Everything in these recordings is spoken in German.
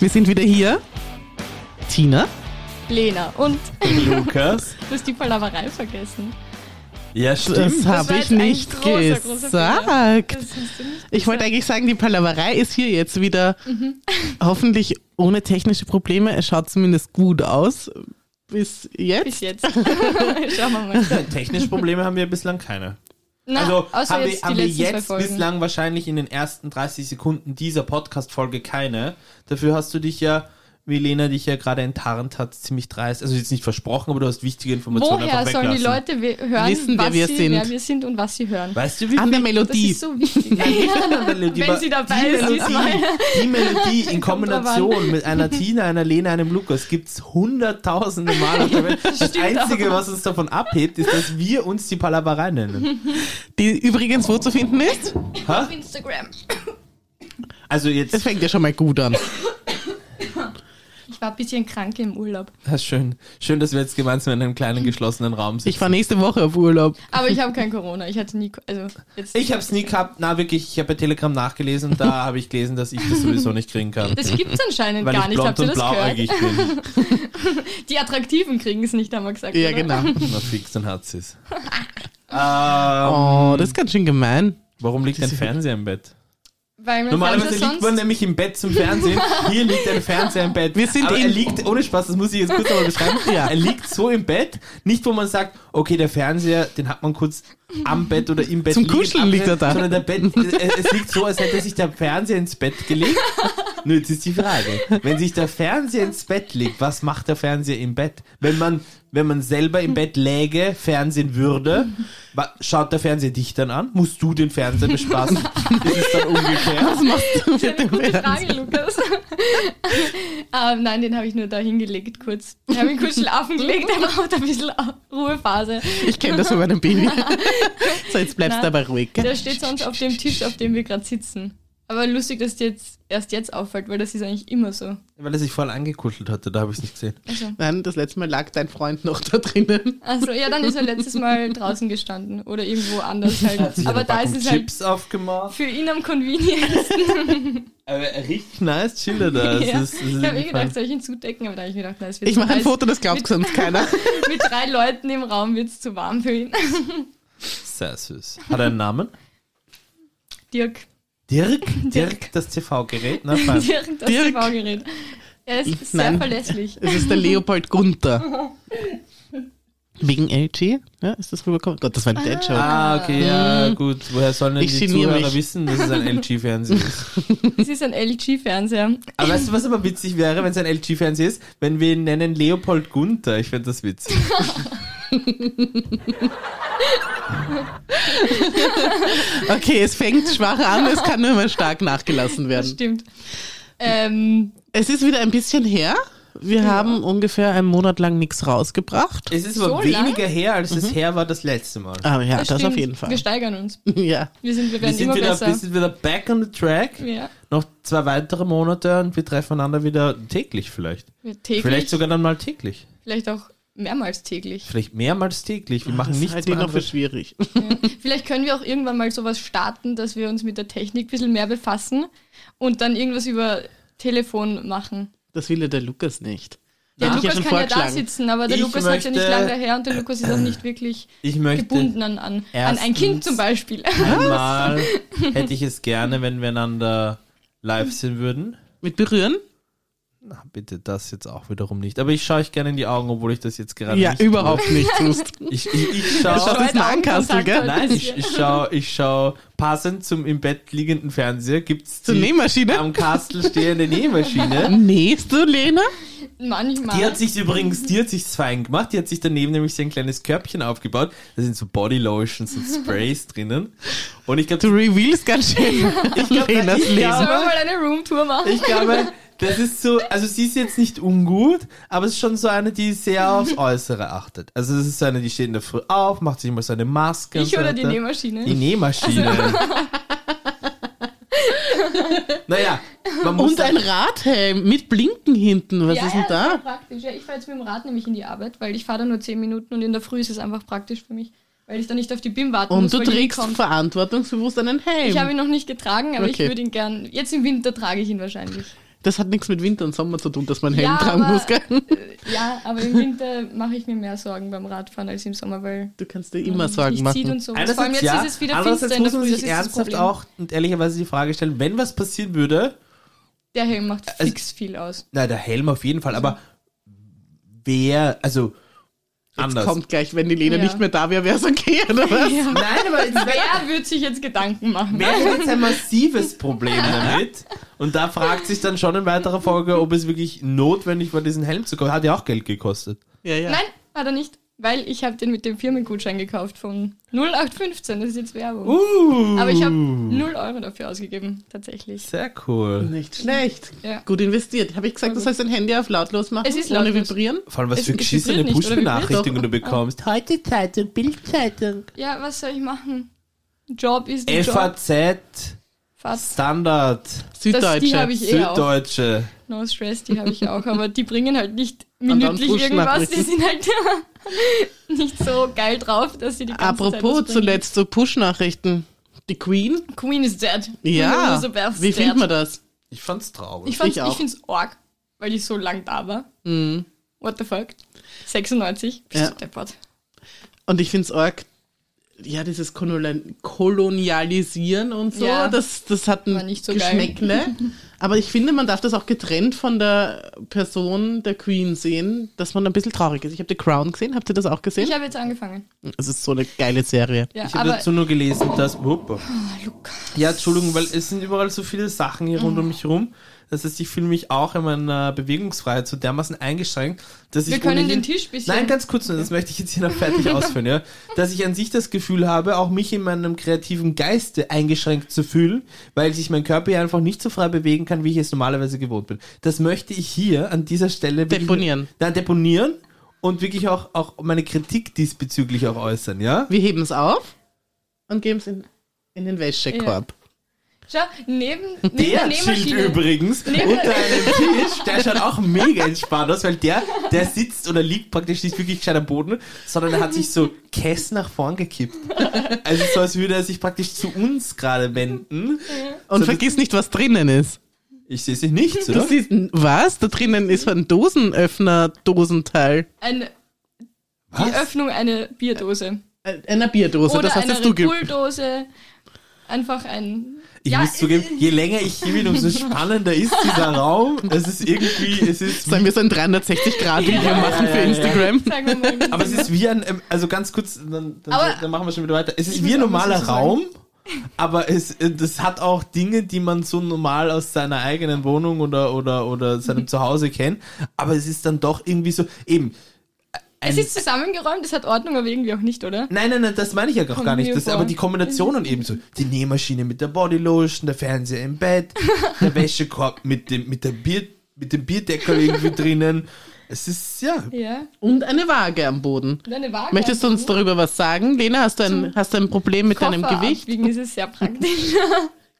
Wir sind wieder hier. Tina. Lena und Lukas. du hast die Palaverei vergessen. Ja, Das stimmt. Das habe war ich jetzt ein nicht großer, großer Fehler. gesagt. Das hast du nicht Ich wollte eigentlich sagen, die Palaverei ist hier jetzt wieder Mhm. hoffentlich ohne technische Probleme. Es schaut zumindest gut aus. Bis jetzt. Bis jetzt. Schauen wir mal. Technische Probleme haben wir bislang keine. Na, also außer haben, jetzt wir, die haben wir letzten zwei jetzt Folgen. bislang wahrscheinlich in den ersten 30 Sekunden dieser Podcast-Folge keine. Dafür hast du dich ja, wie Lena dich ja gerade enttarnt hat, ziemlich dreist. Also jetzt nicht versprochen, aber du hast wichtige Informationen Woher einfach sollen die weglassen. Leute we- hören, Wissen, wer was wir sie, sind. wer wir sind und was sie hören? Weißt du, wie An der viel Das Melodie. ist so wichtig. Melodie, Wenn aber sie dabei die ist, diesmal. Melodie, die Melodie in Kommt drauf Kombination mit einer Tina, einer Lena, einem Lukas gibt's hunderttausende Mal auf der Welt. Das stimmt Einzige, aber. was uns davon abhebt, ist, dass wir uns die Palaverei nennen. Die übrigens wo zu finden ist. Ha? Auf Instagram. Also Das jetzt, fängt ja schon mal gut an. Ich war ein bisschen krank im Urlaub. das ist schön. Schön, dass wir jetzt gemeinsam in einem kleinen geschlossenen Raum sind. Ich war nächste Woche auf Urlaub. Aber ich habe kein Corona. Ich hatte nie. Co- Also jetzt Ich hab's nie gehabt. Na wirklich, ich habe bei Telegram nachgelesen. Da habe ich gelesen, dass ich das sowieso nicht kriegen kann. Das gibt's anscheinend Weil gar ich nicht. blond Habt ihr und das gehört? blauäugig bin. Die Attraktiven kriegen es nicht, haben wir gesagt. Ja, oder? genau. Na fix, dann hat sie's. Ähm, Oh, das ist ganz schön gemein. warum liegt dein Fernseher im Bett? Weil mein Normalerweise Fernseher liegt man nämlich im Bett zum Fernsehen. Hier liegt ein Fernseher im Bett. Wir sind Aber er in- liegt, ohne Spaß, das muss ich jetzt kurz nochmal beschreiben. Ja. Er liegt so im Bett, nicht wo man sagt, okay, der Fernseher, den hat man kurz am Bett oder im Bett Zum liegen Kuscheln liegt er da. Sondern der Bett, äh, es- es liegt so, als hätte sich der Fernseher ins Bett gelegt. Nur jetzt ist die Frage, wenn sich der Fernseher ins Bett legt, was macht der Fernseher im Bett? Wenn man, wenn man selber im Bett läge, Fernsehen würde, wa- schaut der Fernseher dich dann an? Musst du den Fernseher bespaßen? Das ist dann umgekehrt. Was machst du mit Das ist eine dem gute Fernseher? Frage, Lukas. ähm, nein, den habe ich nur da hingelegt, kurz. Ich habe ihn kurz schlafen gelegt, er braucht ein bisschen Ruhephase. Ich kenne das von meinem Baby. So, jetzt bleibst Na, du aber ruhig. gell? Der steht sonst auf dem Tisch, auf dem wir gerade sitzen. Aber lustig, dass dir jetzt erst jetzt auffällt, weil das ist eigentlich immer so. Weil er sich voll angekuschelt hatte, da habe ich es nicht gesehen. Nein, das letzte Mal lag dein Freund noch da drinnen. Also ja, dann ist er letztes Mal draußen gestanden oder irgendwo anders halt. Aber da ist es halt Chips aufgemacht. für ihn am convenient. Aber er riecht nice, schildert er. Es Ja. ist, es ist Ich habe eh gedacht, jedenfalls- soll ich ihn zudecken, aber da habe ich mir gedacht, na, es wird Ich zu mache ein heiß. Foto, das glaubt sonst keiner. Mit drei Leuten im Raum wird es zu warm für ihn. sehr süß. Hat er einen Namen? Dirk. Dirk? Dirk, das ne? TV-Gerät. Na, fein. Dirk, das Dirk. TV-Gerät. Er ist sehr Nein. verlässlich. Es ist der Leopold Gunther. Wegen LG? Ja, ist das rübergekommen? Gott, das war ein Dead-Joke. Ah, okay, ja, gut. Woher sollen denn Ich die geniere Zuhörer mich. wissen, dass es ein LG-Fernseher ist? Es ist ein LG-Fernseher. Aber weißt du, was aber witzig wäre, wenn es ein LG-Fernseher ist? Wenn wir ihn nennen Leopold Gunther. Ich fände das witzig. Okay, es fängt schwach an, es kann nur immer stark nachgelassen Das werden. stimmt. Ähm, Es ist wieder ein bisschen her. Wir haben ungefähr einen Monat lang nichts rausgebracht. Es ist aber So lang? weniger her, als es her war das letzte Mal. Aber ja, das, das stimmt. auf jeden Fall. Wir steigern uns. Ja. Wir, sind, wir Wir werden sind immer wieder, besser. wir sind wieder back on the track. ja, Noch zwei weitere Monate und wir treffen einander wieder täglich vielleicht. wir täglich. Vielleicht Vielleicht, sogar dann mal täglich. auch mehrmals täglich. Vielleicht mehrmals täglich. Wir machen Ah, das nichts halte ich mehr noch für anderes. schwierig. Ja. Vielleicht können wir auch irgendwann mal sowas starten, dass wir uns mit der Technik ein bisschen mehr befassen und dann irgendwas über Telefon machen. Das will ja der Lukas nicht. Der Hab ich Lukas schon kann ja da vorgeschlagen. sitzen, aber der Ich Lukas hat ja nicht möchte- lange daher und der Lukas ist auch nicht wirklich Ich möchte gebunden an, an, an ein Kind erstens- zum Beispiel. einmal, hätte ich es gerne, wenn wir einander live sehen würden. Mit berühren? Na, bitte das jetzt auch wiederum nicht. Aber ich schaue euch gerne in die Augen, obwohl ich das jetzt gerade Ja, nicht überhaupt nicht tust. tue. Ich, ich, Das schaut ich schaue... Schaut jetzt mal an, Augenkontakt Kastel, gell? heute. Nein, ich, ich schaue ich schau, passend zum im Bett liegenden Fernseher gibt's Zur die Nähmaschine? am Kastel stehende Nähmaschine. Nähst du, Lena? Manchmal. Die hat sich übrigens, die hat sich fein gemacht. Die hat sich daneben nämlich so ein kleines Körbchen aufgebaut. Da sind so Bodylotions und Sprays drinnen. Und ich Du glaube, revealst ganz schön ich glaub, Lenas ich Leben. glaub- Sollen wir mal eine Roomtour machen? ich glaube, das ist so, also sie ist jetzt nicht ungut, aber es ist schon so eine, die sehr aufs Äußere achtet. Also es ist so eine, die steht in der Früh auf, macht sich immer so eine Maske. und Ich so oder die weiter. Nähmaschine? Also- Die Nähmaschine. naja, man muss Und ein Radhelm mit Blinken hinten. Was ja, ist denn ja, das da? ist praktisch. Ja, ich fahre jetzt mit dem Rad nämlich in die Arbeit, weil ich fahre da nur 10 Minuten und in der Früh ist es einfach praktisch für mich, weil ich da nicht auf die BIM warten muss. Und du weil die trägst kommt. verantwortungsbewusst einen Helm. Ich habe ihn noch nicht getragen, aber Okay. ich würde ihn gern. Jetzt im Winter trage ich ihn wahrscheinlich. Das hat nichts mit Winter und Sommer zu tun, dass man Helm Ja, tragen aber- muss, gell? Äh, Ja, aber im Winter mache ich mir mehr Sorgen beim Radfahren als im Sommer, weil Du kannst dir immer man Sorgen nicht sieht machen. und so. Vor allem Einerseits jetzt ja, ist es wieder andererseits finster in der muss Früh, man das sich ist das ernsthaft Problem. auch und ehrlicherweise die Frage stellen, wenn was passieren würde, Der Helm macht Also- fix viel aus. na, der Helm auf jeden Fall, aber wer, also, Jetzt anders. kommt gleich, wenn die Lena Ja. nicht mehr da wäre, wäre es okay, oder was? Nein, aber jetzt, Wer würde sich jetzt Gedanken machen? Wer hat jetzt ein massives Problem damit? Und da fragt sich dann schon in weiterer Folge, ob es wirklich notwendig war, diesen Helm zu kaufen. Hat ja auch Geld gekostet. Ja, ja. Nein, hat er nicht, weil ich habe den mit dem Firmengutschein gekauft von 0815, das ist jetzt Werbung. Uh, Aber ich habe 0 Euro dafür ausgegeben, tatsächlich. Sehr cool. Nicht schlecht. Ja. Gut investiert. Habe ich gesagt, du sollst dein Handy auf lautlos machen, Es ist ohne lautlos. vibrieren? Vor allem, was Es- für es geschissene vibriert nicht, oder Push-Benachrichtigungen du vibriert bekommst. Heute Zeitung, Bild-Zeitung. Ja, was soll ich machen? Job ist der Job. FAZ, Fast. Standard, Süddeutsche. die habe ich- Eh auch. Süddeutsche. No Stress, die habe ich auch, aber die bringen halt nicht dann minütlich irgendwas, die Push-Nachrichten. sind halt nicht so geil drauf, dass sie die ganze Zeit Apropos was bringen. zuletzt so Push-Nachrichten. Die Queen? Queen is dead. Queen Ja. Elizabeth is also Wie dead. findet man das? Ich fand's traurig. Ich, fand's, Ich ich, auch. find's arg, weil ich so lang da war. Mhm. What the fuck? 96? Bist Ja. du deppert. Und ich finde es arg, ja, dieses Kolonial- Kolonialisieren und so, Ja. das, das hat War ein nicht so Geschmäckle. Aber ich finde, man darf das auch getrennt von der Person der Queen sehen, dass man ein bisschen traurig ist. Ich habe The Crown gesehen, habt ihr das auch gesehen? Ich habe jetzt angefangen. Es ist so eine geile Serie. Ja, Ich habe aber dazu nur gelesen, dass. Hup. Luca, Ja, Entschuldigung, weil es sind überall so viele Sachen hier Mhm. rund um mich rum. Das heißt, ich fühle mich auch in meiner Bewegungsfreiheit so dermaßen eingeschränkt, dass wir ich. können ohnehin- den Tisch ein bisschen. Nein, ganz kurz, nur, das möchte ich jetzt hier noch fertig ausführen, ja. Dass ich an sich das Gefühl habe, auch mich in meinem kreativen Geiste eingeschränkt zu fühlen, weil sich mein Körper hier einfach nicht so frei bewegen kann, wie ich es normalerweise gewohnt bin. Das möchte ich hier an dieser Stelle wirklich- Deponieren. Nein, deponieren und wirklich auch, auch meine Kritik diesbezüglich auch äußern, ja? Wir heben es auf und geben es in, in den Wäschekorb. Schau, neben, neben der Der chillt Nähmaschine. übrigens Nee, unter einem Tisch. Der schaut auch mega entspannt aus, weil der, der sitzt oder liegt praktisch nicht wirklich gescheit am Boden, sondern er hat sich so Kess nach vorn gekippt. Also so, als würde er sich praktisch zu uns gerade wenden. Und So, vergiss nicht, was drinnen ist. Ich sehe sie nicht, Du oder? siehst, was? Da drinnen ist ein Dosenöffner, Dosenteil. Eine, die Was? Öffnung einer Bierdose. Äh, Einer Bierdose, Oder das hast einer jetzt du Red ge Bull-Dose. Einfach ein. Ich ja, muss zugeben, je länger ich hier bin, umso spannender ist dieser Raum. Es ist irgendwie, es ist Sollen wir so ein 360-Grad-Video machen ja, für ja, ja. Instagram? Sagen wir mal. Aber es ist wie ein, ähm, also ganz kurz, dann, dann, Aber- dann machen wir schon wieder weiter. Es ist Ich wie ein muss auch was normaler dazu sagen. Raum, aber es äh, das hat auch Dinge, die man so normal aus seiner eigenen Wohnung oder, oder, oder seinem Zuhause kennt. Aber es ist dann doch irgendwie so, eben. Ein, es ist zusammengeräumt, es hat Ordnung, aber irgendwie auch nicht, oder? Nein, nein, nein, das meine ich ja auch Kommt gar nicht. mir Das, vor. aber die Kombinationen eben so. Die Nähmaschine mit der Bodylotion, der Fernseher im Bett, der Wäschekorb mit dem, mit der Bier, mit dem Bierdeckel irgendwie drinnen. Es ist, ja, Ja. Und eine Waage am Boden. Und eine Waage. Möchtest du uns darüber was sagen? Lena, hast du ein, hast du ein Problem mit deinem Koffer Gewicht? Abwiegen ist es sehr praktisch.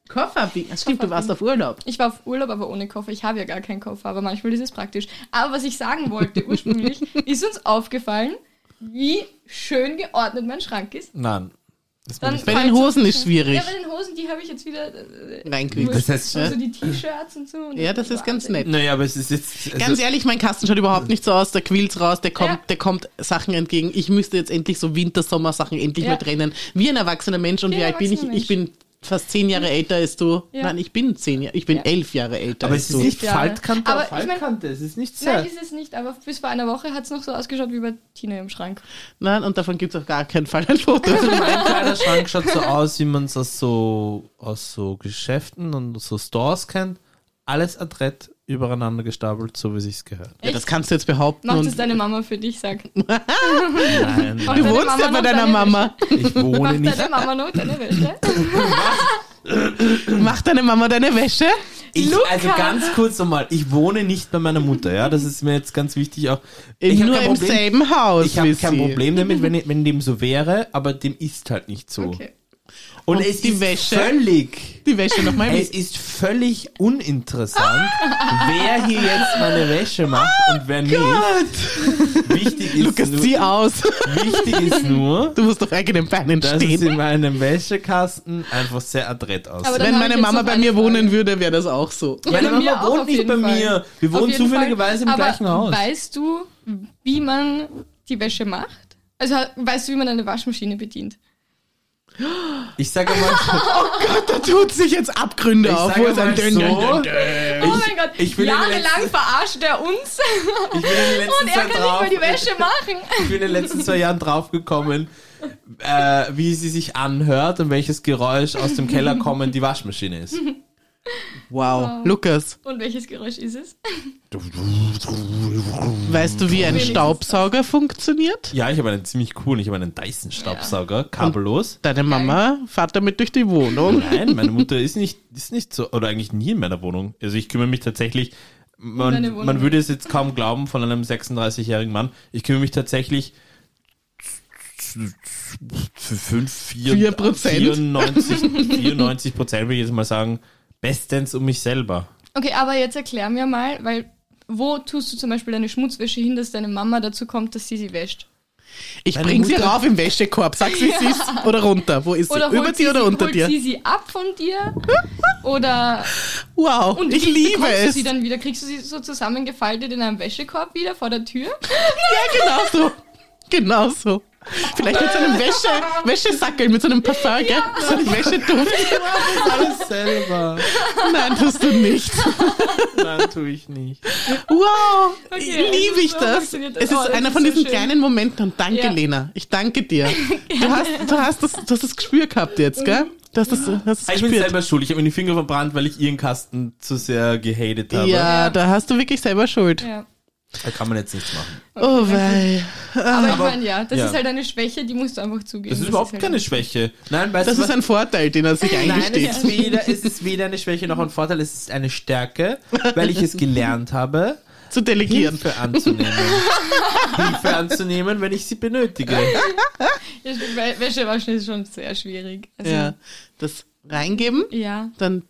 Koffer biegen. Stimmt, du warst auf Urlaub. Ich war auf Urlaub, aber ohne Koffer. Ich habe ja gar keinen Koffer, aber manchmal ist es praktisch. Aber was ich sagen wollte ursprünglich, ist uns aufgefallen, wie schön geordnet mein Schrank ist. nein. Das Dann meine ich. Bei falls den Hosen uns- ist schwierig. Ja, bei den Hosen, die habe ich jetzt wieder. äh, Reinkriegen. Das heißt- also die T-Shirts und so. Und Ja, das ist ganz Wahnsinn. nett. Naja, aber es ist jetzt. also- Ganz ehrlich, mein Kasten schaut überhaupt nicht so aus. Der quillt raus, der kommt, Ja. der kommt Sachen entgegen. Ich müsste jetzt endlich so Winter-Sommer-Sachen endlich Ja. mal trennen. Wie ein erwachsener Mensch und Wie wie ein alt bin ich? erwachsener Ich bin fast zehn Jahre älter als du. Ja. Nein, ich bin zehn Jahre, ich bin Ja. elf Jahre älter Aber als es ist du. nicht Ja. Faltkante Aber auf ich mein- Faltkante, es ist nicht sehr. Nein, ist es nicht, aber bis vor einer Woche hat es noch so ausgeschaut wie bei Tina im Schrank. Nein, und davon gibt es auf gar keinen Fall ein Foto. mein kleiner Schrank schaut so aus, wie man es aus so, aus so Geschäften und so Stores kennt. Alles adrett übereinander gestapelt, so wie sich's gehört. Ja, das kannst du jetzt behaupten. Macht es und deine Mama für dich, sag. Nein, du deine wohnst Mama ja bei deiner noch deine Mama. ich wohne Macht nicht. deine Mama noch deine ne? Wäsche? Macht deine Mama deine Wäsche? Ich, Luca! also ganz kurz nochmal, ich wohne nicht bei meiner Mutter, ja, das ist mir jetzt ganz wichtig auch. Ich hab Nur kein im Problem- selben Haus. Ich habe Missy. kein Problem damit, wenn, wenn dem so wäre, aber dem ist halt nicht so. Okay. Und, Und es die ist Wäsche? völlig. Die Wäsche nochmal Es mit. ist völlig uninteressant, wer hier jetzt meine Oh Wäsche macht und wer Gott! nicht. Wichtig ist, Lukas, nur, zieh aus. wichtig ist nur, Du musst auf eigenen Beinen dass es stehen. in meinem Wäschekasten einfach sehr adrett aussieht. Aber dann Wenn hab meine ich jetzt Mama noch bei eine mir Frage. wohnen würde, wäre das auch so. Ja, Meine bei mir Mama auch, wohnt auf nicht jeden bei Fall. mir. Wir Auf wohnen jeden zufälligerweise im Aber gleichen Haus. Weißt du, wie man die Wäsche macht? Also weißt du, wie man eine Waschmaschine bedient? Ich sage mal, Da tut sich jetzt Abgründe ich auf. sage Wo es ein mal dünn, dünn, so, dünn. Oh Äh, Ich- mein Gott, ich bin in den jahrelang letzten- verarscht er uns ich bin in den letzten und er kann Jahren nicht mal die drauf- Wäsche machen. ich bin in den letzten zwei Jahren draufgekommen, äh, wie sie sich anhört und welches Geräusch aus dem Keller kommen die Waschmaschine ist. Wow. Lukas, Und welches Geräusch ist es? weißt du, wie ein Wenigstens. Staubsauger funktioniert? Ja, ich habe einen ziemlich coolen, ich habe einen Dyson-Staubsauger, kabellos. Deine Mama fährt damit durch die Wohnung. Nein, meine Mutter ist nicht, ist nicht so, oder eigentlich nie in meiner Wohnung. Also ich kümmere mich tatsächlich, deine man, Wohnung. man würde es jetzt kaum glauben von einem 36-jährigen Mann, ich kümmere mich tatsächlich für 5, 4, Vier Prozent. 94, 94 Prozent würde ich jetzt mal sagen, bestens um mich selber. Okay, aber jetzt erklär mir mal, weil wo tust du zum Beispiel deine Schmutzwäsche hin, dass deine Mama dazu kommt, dass sie sie wäscht? Ich Meine bring sie Mutter- rauf im Wäschekorb. Sag's, wie sie ist. Oder runter. Wo ist sie? Oder Über holt dir sie oder sie, unter holt dir? sie sie ab von dir? Oder Wow. und ich wie liebe bekommst du es. sie dann wieder? Kriegst du sie so zusammengefaltet in einem Wäschekorb wieder vor der Tür? Ja, genau so. Genau so. Vielleicht mit so einem Wäsche, Wäschesackel, mit so einem Parfum, gell? So einem Wäscheduft. Alles selber. Nein, tust du nicht. Nein, tue ich nicht. Wow, Okay, liebe es ist ich so das. funktioniert das. Es ist Oh, das einer ist von so diesen schön. kleinen Momenten. Und danke, Ja. Lena. Ich danke dir. Du hast, du hast, das, du hast das Gespür gehabt jetzt, Mhm. gell? Du hast das, hast das Ah, Ich bin gespürt. selber schuld. Ich habe mir die Finger verbrannt, weil ich ihren Kasten zu sehr gehatet habe. Ja, da hast du wirklich selber Schuld. Ja. Da kann man jetzt nichts machen. Oh wei. Ah, Aber ich Aber- meine, ja, das ja. ist halt eine Schwäche, die musst du einfach zugeben. Das ist überhaupt halt keine Schwäche. Nein, weißt Das du ist ein Vorteil, den er sich Nein, eingesteht. es ist, weder, es ist weder eine Schwäche noch ein Vorteil, es ist eine Stärke, weil ich es gelernt habe, Zu delegieren. Hilfe anzunehmen. Hilfe anzunehmen, wenn ich sie benötige. Ja, stimmt, Wä- Wäsche waschen ist schon sehr schwierig. Also, Ja. Das reingeben, ja. dann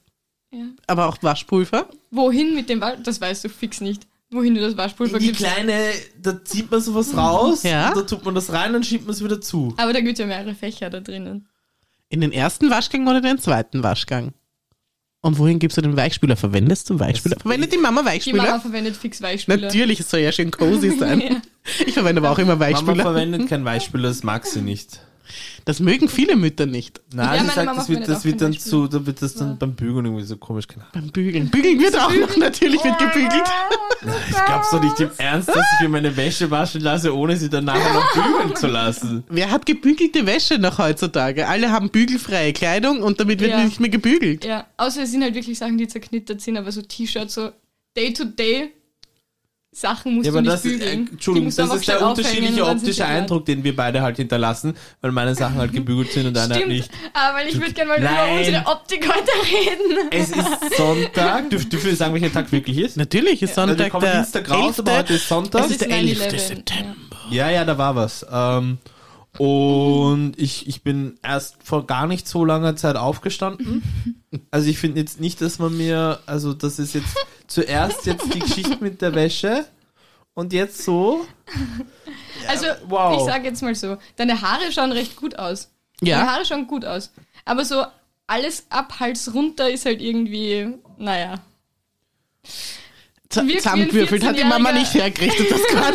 Ja. aber auch Waschpulver. Wohin mit dem Wasch... Das weißt du fix nicht. Wohin du das Waschpulver Die gibst. kleine, da zieht man sowas raus, Ja. und da tut man das rein und schiebt man es wieder zu. Aber da gibt es ja mehrere Fächer da drinnen. In den ersten Waschgang oder den zweiten Waschgang? Und wohin gibst du den Weichspüler? Verwendest du Weichspüler? Das- Verwendet die Mama Die Weichspüler? Mama verwendet fix Weichspüler. Natürlich, es soll ja schön cozy sein. Ja. Ich verwende aber auch immer Mama Weichspüler. verwendet kein Weichspüler, das mag sie nicht. Das mögen viele Mütter nicht. Ja, Nein, sie meine sagt, Mama das wird, verwendet das auch wird kein dann Weichspüler. zu, da wird das dann beim Bügeln irgendwie so komisch. Keine Ahnung. Beim Bügeln. Bügeln wird auch noch, natürlich wird gebügelt. Ich gab's doch nicht im Ernst, dass ich mir meine Wäsche waschen lasse, ohne sie dann nachher noch bügeln zu lassen. Wer hat gebügelte Wäsche noch heutzutage? Alle haben bügelfreie Kleidung und damit wird Ja. nicht mehr gebügelt. Ja, außer es sind halt wirklich Sachen, die zerknittert sind, aber so T-Shirts, so Day-to-Day Sachen musst Ja, du aber nicht das ist, äh, bügeln. Die Entschuldigung, musst du das einfach ist der schnell aufhängen und unterschiedliche dann sind sie optische fertig. Eindruck, den wir beide halt hinterlassen, weil meine Sachen halt gebügelt sind und deine halt Stimmt, nicht. aber ich würde gerne mal Nein. über unsere Optik heute reden. Es ist Sonntag. Dürf, dürfen wir sagen, welcher Tag wirklich ist? Natürlich ist Also, Sonntag wir kommen der Dienstag 11.. raus, aber heute ist Sonntag. Es ist der 11. 9/11, September. Ja, ja, da war was. Ähm, und ich, ich bin erst vor gar nicht so langer Zeit aufgestanden. Mhm. Also ich finde jetzt nicht, dass man mir, also das ist jetzt zuerst jetzt die Geschichte mit der Wäsche und jetzt so. Ja. Also, Äh, wow. ich sage jetzt mal so, deine Haare schauen recht gut aus. Deine Ja, Haare schauen gut aus. Aber so alles ab Hals runter ist halt irgendwie, naja. Z- Wirkt wie ein zusammengewürfelt. Hat die Mama 14-jähriger. nicht hergerichtet, das kann.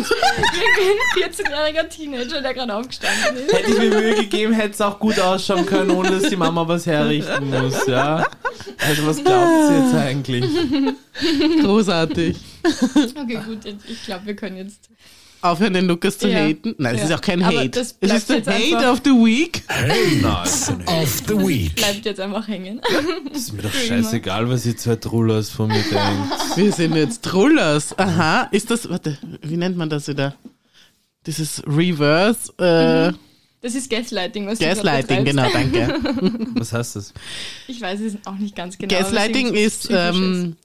Irgendwie ein 14-jähriger Teenager, der gerade aufgestanden ist. Hätte ich mir Mühe gegeben, hätte es auch gut ausschauen können, ohne dass die Mama was herrichten muss, ja. Also was glaubt sie jetzt eigentlich? Großartig. Okay, gut, jetzt, ich glaube, wir können jetzt Aufhören, den Lukas zu Ja. haten. Nein, es Ja. ist auch kein Aber Hate. das es bleibt ist der jetzt Hate einfach- of the Week. Nein, of the week. bleibt jetzt einfach hängen. ist mir doch scheißegal, was ihr zwei Trullers von mir denkt. Wir sind jetzt Trullers. Aha, ist das, warte, wie nennt man das wieder? Dieses Reverse äh, Mhm. Das ist Gaslighting, was Gaslighting, du gerade betreibst. genau, danke. Was heißt das? Ich weiß es auch nicht ganz genau. Gaslighting aber es ist, ähm,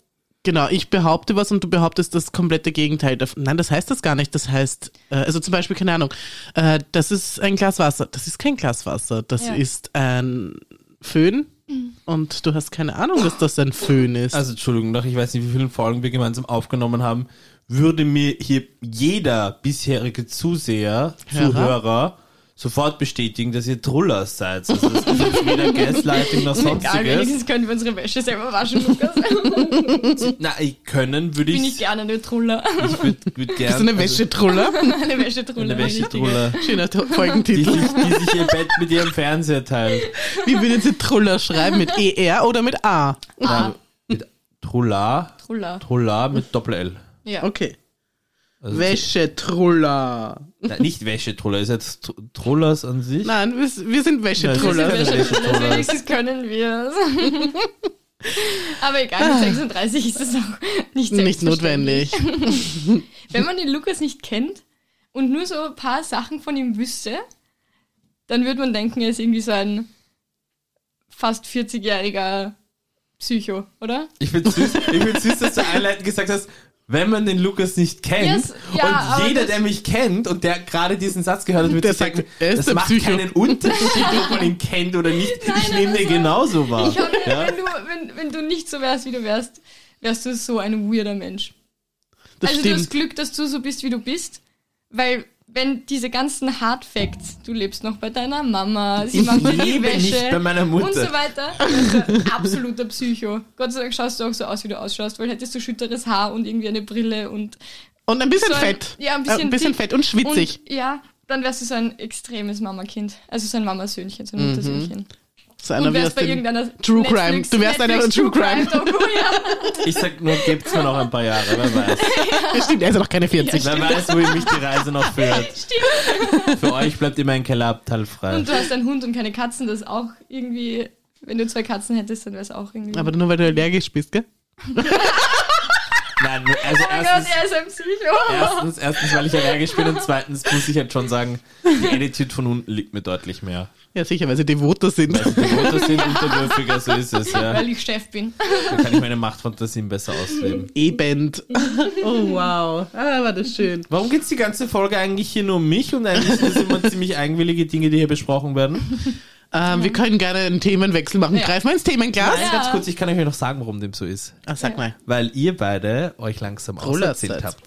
genau, ich behaupte was und du behauptest das komplette Gegenteil. davon. Nein, das heißt das gar nicht. Das heißt, äh, also zum Beispiel, keine Ahnung, äh, das ist ein Glas Wasser. Das ist kein Glas Wasser. Das Ja. ist ein Föhn Mhm. und du hast keine Ahnung, dass das ein Föhn ist. Also Entschuldigung, noch, ich weiß nicht, wie viele Folgen wir gemeinsam aufgenommen haben, würde mir hier jeder bisherige Zuseher, Hörer? Zuhörer sofort bestätigen, dass ihr Trullers seid. Also das ist jetzt weder Gaslighting noch Egal, sonstiges. wenigstens können wir unsere Wäsche selber waschen, Lukas. Na, ich können würde Bin ich, ich gerne eine Truller. ich würd, würd gern, also, Bist du eine Wäschetruller? Eine Wäschetruller. eine Wäschetruller, Also- Schöner To- die Folgentitel. sich, die sich ihr Bett mit ihrem Fernseher teilt. Wie würden Sie Truller schreiben? Mit ER oder mit A? Ah, Nein, mit Trulla, Truller. Trulla mit Doppel-L. Ja. Okay. Also, Wäschetruller. Nein, nicht Wäschetruller, ist jetzt Tr- Trullers an sich. Nein, wir, s- wir sind Das Wäschetruller. Truller. ist eine Wäschetruller. Truller. Wenigstens können wir es. Aber egal, mit 36 ist es auch nicht, Ah. Nicht selbstverständlich. notwendig. Wenn man den Lukas nicht kennt und nur so ein paar Sachen von ihm wüsste, dann würde man denken, er ist irgendwie so ein fast 40-jähriger Psycho, oder? Ich find's süß, ich find's süß, dass du einleitend gesagt hast, wenn man den Lukas nicht kennt Yes, ja, und aber jeder, das- der mich kennt und der gerade diesen Satz gehört hat, wird Der sich sagt, denken, er ist das der macht Psycho. keinen Unterschied, ob man ihn kennt oder nicht. ich nein, nehme das den war- genauso wahr. Ich hab, ja? wenn, du, wenn, wenn du nicht so wärst, wie du wärst, wärst du so ein weirder Mensch. Das also du hast stimmt. Glück, dass du so bist, wie du bist, weil wenn diese ganzen Hard Facts, du lebst noch bei deiner Mama, sie Ich macht dir die lebe Wäsche nicht bei meiner Mutter. und so weiter. Also, absoluter Psycho. Gott sei Dank schaust du auch so aus, wie du ausschaust, weil hättest du schütteres Haar und irgendwie eine Brille und Und ein bisschen so ein- fett. Ja, ein Äh, bisschen, ein bisschen dick. fett und schwitzig. Und, ja, dann wärst du so ein extremes Mamakind, also so ein Mamasöhnchen, Mhm. so ein Muttersöhnchen. So Und wärst aus bei dem- irgendeiner True Netflix, Crime. Du wärst einer Netflix True Crime. Doku, ja. Ich sag nur, gibt's mir noch ein paar Jahre, wer weiß. Ja, stimmt, er ist ja noch keine 40. Wer weiß, wohin mich die Reise noch führt. Für euch bleibt immer ein Kellerabteil frei. Und du hast einen Hund und keine Katzen, das ist auch irgendwie. Wenn du zwei Katzen hättest, dann wäre es auch irgendwie. Aber nur weil du allergisch bist, gell? Nein, also oh mein erstens, Gott, er ist ein Psycho. erstens, erstens, weil ich allergisch bin und zweitens muss ich jetzt schon sagen, die Attitude von unten liegt mir deutlich mehr. Ja, sicher, weil sie devoter sind. Also die Roter sind unterwürfiger, so ist es, ja. Weil ich Chef bin. Da kann ich meine Machtfantasien besser ausleben. E-Band. Oh, wow. Ah, war das schön. Warum geht's die ganze Folge eigentlich hier nur um mich und eigentlich sind das immer ziemlich eigenwillige Dinge, die hier besprochen werden? Ähm, wir können gerne einen Themenwechsel machen. Ja. Greif mal ins Themenglas. Ja. Ganz kurz, ich kann euch noch sagen, warum dem so ist. Ah, sag mal. Weil ihr beide euch langsam Trollers auserzählt seid. habt.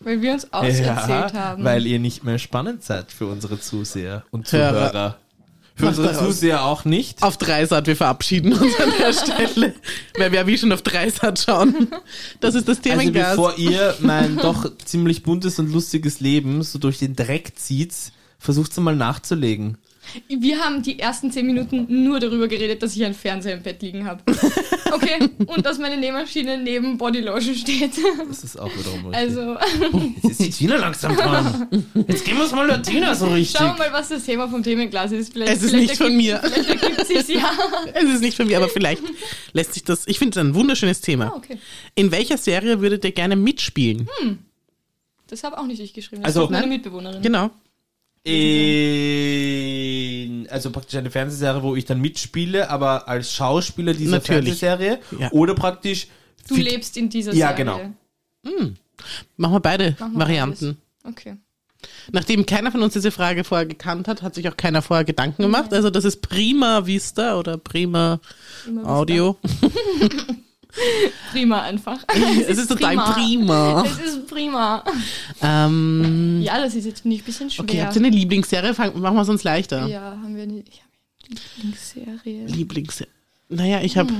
Weil wir uns auserzählt haben. Weil ihr nicht mehr spannend seid für unsere Zuseher und Hörer. Zuhörer. Für Macht unsere daraus. Zuseher auch nicht. Auf Dreisat, wir verabschieden uns an der Stelle. Weil wir ja wie schon auf Dreisat schauen. Das ist das Also Themenglas. bevor ihr mein doch ziemlich buntes und lustiges Leben so durch den Dreck zieht, versucht's mal nachzulegen. wir haben die ersten zehn Minuten nur darüber geredet, dass ich einen Fernseher im Bett liegen habe. Okay? Und dass meine Nähmaschine neben Bodylotion steht. Das ist auch wiederum richtig. Also Jetzt ist die Tina langsam dran. Jetzt gehen wir uns mal der Tina so richtig. schauen wir mal, was das Thema vom Themenglas ist. Vielleicht, es ist vielleicht nicht von mir. ergibt- Vielleicht ergibt sich's ja. Es ist nicht von mir, aber vielleicht lässt sich das. Ich finde es ein wunderschönes Thema. Ah, okay. In welcher Serie würdet ihr gerne mitspielen? Hm. Das habe auch nicht ich geschrieben. Das Also- ist meine Mitbewohnerin. Genau. In, also praktisch eine Fernsehserie, wo ich dann mitspiele, aber als Schauspieler dieser Natürlich. Fernsehserie. Ja. Oder praktisch. Du fit- lebst in dieser Ja, Serie. genau. Machen wir beide Machen wir Varianten. alles. Okay. Nachdem keiner von uns diese Frage vorher gekannt hat, hat sich auch keiner vorher Gedanken gemacht. Also das ist Prima Vista oder Prima Immer bis Audio. dann. Prima einfach. Es ist total prima. Es ist prima. Ähm, Ja, das ist jetzt nicht ein bisschen schwer. okay, habt ihr eine Lieblingsserie? Fang, machen wir es uns leichter. ja, haben wir eine, ich hab eine Lieblingsserie. Lieblingsserie. Naja, ich habe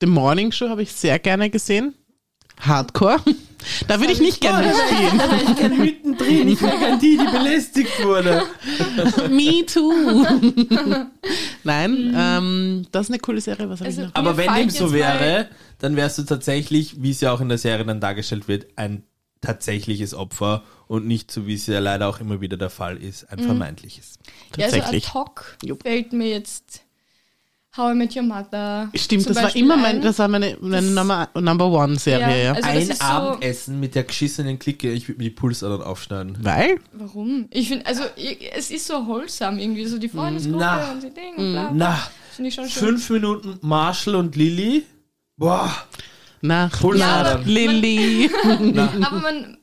The Morning Show habe ich sehr gerne gesehen. Hardcore. Da würde ich nicht gerne mitspielen. Ich bin mittendrin, ich bin an die, die belästigt wurde. Me too. Nein, ähm, das ist eine coole Serie. Was habe Mhm. Also- ich noch? Aber Mir wenn fallen dem so jetzt wäre, dann wärst du tatsächlich, wie es ja auch in der Serie dann dargestellt wird, ein tatsächliches Opfer und nicht so, wie es ja leider auch immer wieder der Fall ist, Mhm. ein vermeintliches. Ja, also Tatsächlich. ad hoc Jupp. fällt mir jetzt How I Met Your Mother. Stimmt, zum das war Beispiel immer mein, ein. das war meine, meine Das- Number, Number One Serie. Ja, Ja, also- das ein ist so- Abendessen mit der geschissenen Clique, ich würde mir die Pulsadern aufschneiden. Weil Warum? Ich finde, also ich, es ist so wholesome irgendwie, so die Freundesgruppe Na. und die Dinge. und Bla, bla. Na, Finde ich schon schön. fünf Minuten Marshall und Lilly. Boah, nach Pulsadern. Lilly. Na, Aber man,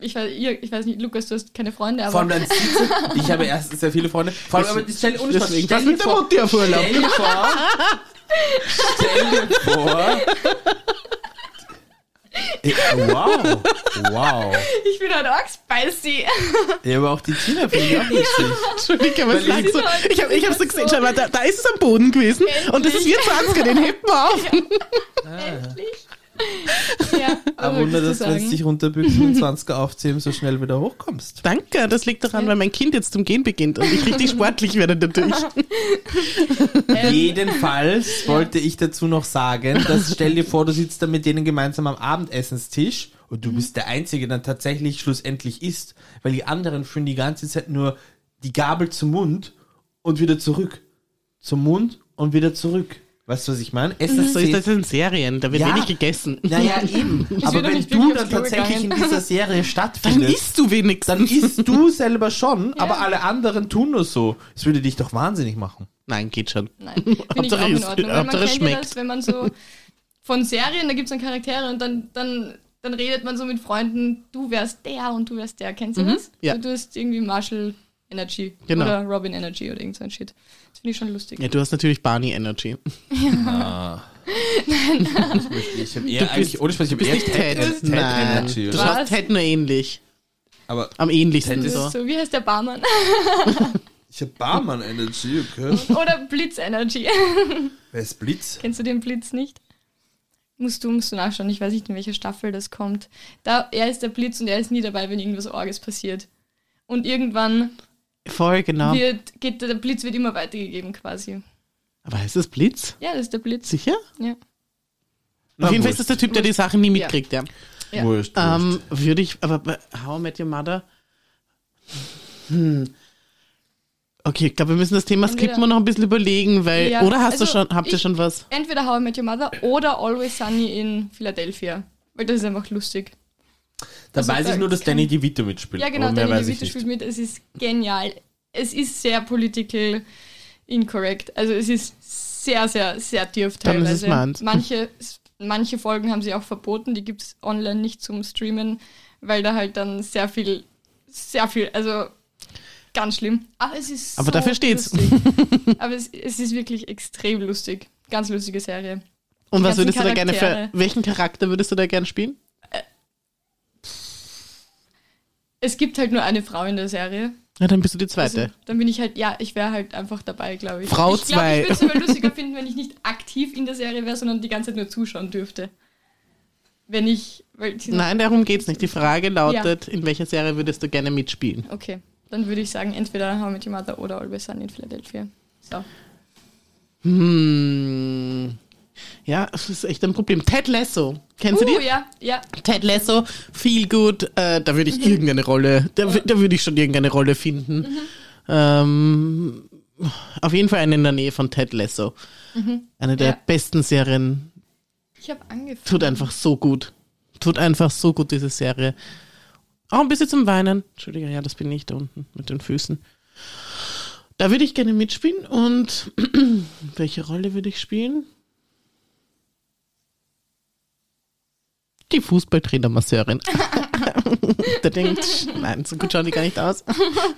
ich weiß, ihr, ich weiß nicht, Lukas, du hast keine Freunde, Vor allem aber dann sieht sie, ich habe erstens sehr viele Freunde. Vor allem, aber die Stelle ohne Spaß, Deswegen, stell was dir mit der vor- Mutti auf Urlaub? Stell dir vor. stell dir vor. Eh, Wow. Wow. ich bin halt auch spicy. Ja, aber auch die Tina finde ich auch lustig. Entschuldigung, aber es Weil lag ich- so. Ich habe ich hab's so gesehen, schau mal, da, da ist es am Boden gewesen und das ist Endlich. jetzt 20, den hebt man auf. Endlich. Ja, Aber Wunder, dass das du jetzt dich runterbüchsen und 20er aufziehen, so schnell wieder hochkommst. Danke, das liegt daran, weil mein Kind jetzt zum Gehen beginnt und ich richtig sportlich werde natürlich. Jedenfalls wollte ich dazu noch sagen, dass stell dir vor, du sitzt da mit denen gemeinsam am Abendessenstisch und du bist der Einzige, der dann tatsächlich schlussendlich isst, weil die anderen führen die ganze Zeit nur die Gabel zum Mund und wieder zurück. Zum Mund und wieder zurück. Weißt du, was ich meine? Essen So ist das in Serien, da wird Ja. wenig gegessen. Naja, eben. bin Aber doch wenn nicht du wirklich dann aufs Klo tatsächlich in gegangen. dieser Serie Dann stattfindest, isst du wenigstens. dann isst du selber schon, aber alle anderen tun nur so. Das würde dich doch wahnsinnig machen. Nein, geht schon. Nein, finde ich Hauptsache auch in ist- Ordnung. Weil man Hauptsache kennt ja schmeckt. das, wenn man so von Serien, da gibt es dann Charaktere und dann, dann, dann redet man so mit Freunden, du wärst der und du wärst der. Kennst du das? Mhm, ja. So, Du hast irgendwie Marshall Energy Genau. oder Robin Energy oder irgend so ein Shit. Das finde ich schon lustig. Ja, du hast natürlich Barney Energy. Ich habe eher eigentlich, ohne Spaß, ich habe eher Nicht Ted. Nein. Energy, Du oder? schaust Ted nur ähnlich. Aber Am ähnlichsten Ted Das so. ist so, wie heißt der Barmann? ich habe Barmann Energy, okay? oder Blitz Energy. Wer ist Blitz? Kennst du den Blitz nicht? Musst du, musst du nachschauen. Ich weiß nicht, in welcher Staffel das kommt. Da, er ist der Blitz und er ist nie dabei, wenn irgendwas Orges passiert. Und irgendwann Voll, genau. wird, geht, der Blitz wird immer weitergegeben quasi. Aber heißt das Blitz? Ja, das ist der Blitz. Sicher? Ja. Auf jeden Fall ist das der Typ, der die Sachen nie Ja. mitkriegt, ja. Ja. Wurscht, Ähm, würde ich, aber bei How I Met Your Mother. Hm. Okay, ich glaube, wir müssen das Thema Haben wir Skript da- mal noch ein bisschen überlegen, weil. Ja, Oder hast also du schon, habt ihr ich- schon was? Entweder How I Met Your Mother oder Always Sunny in Philadelphia. Weil das ist einfach lustig. Da also weiß da ich nur, dass kann- Danny DeVito mitspielt. Ja, genau, aber mehr Danny weiß ich DeVito nicht. spielt mit. Es ist genial. Es ist sehr political incorrect. Also es ist sehr, sehr, sehr dürf Dann ist es teilweise. meins. manche, manche Folgen haben sie auch verboten, die gibt es online nicht zum Streamen, weil da halt dann sehr viel, sehr viel, also ganz schlimm. Aber es ist Aber so dafür steht's. lustig. Aber es, es ist wirklich extrem lustig. Ganz lustige Serie. Und was ganzen würdest du da gerne für. Charaktere. Welchen Charakter würdest du da gerne spielen? Es gibt halt nur eine Frau in der Serie. Ja, dann bist du die Also, zweite. dann bin ich halt, ja, ich wäre halt einfach dabei, glaube ich. Frau ich glaub, zwei. Ich würde es sogar lustiger finden, wenn ich nicht aktiv in der Serie wäre, sondern die ganze Zeit nur zuschauen dürfte. Wenn ich. Weil die- Nein, darum geht's nicht. Die Frage lautet, in welcher Serie würdest du gerne mitspielen? Okay, dann würde ich sagen, entweder How I Met Your Mother oder Always Sunny in Philadelphia. So. Hm. Ja, das ist echt ein Problem. Ted Lasso. Kennst du Uh, die? ja, ja. Ted Lasso, Feel Good, äh, da würde ich irgendeine Rolle, da, wü- da würde ich schon irgendeine Rolle finden. Ähm, auf jeden Fall eine in der Nähe von Ted Lasso. Eine der Ja. besten Serien. Ich habe angefangen. Tut einfach so gut. Tut einfach so gut, diese Serie. Auch ein bisschen zum Weinen. Entschuldigung, ja, das bin ich da unten mit den Füßen. Da würde ich gerne mitspielen und welche Rolle würde ich spielen? Die Fußballtrainer-Masseurin. Der denkt, nein, so gut schauen die gar nicht aus.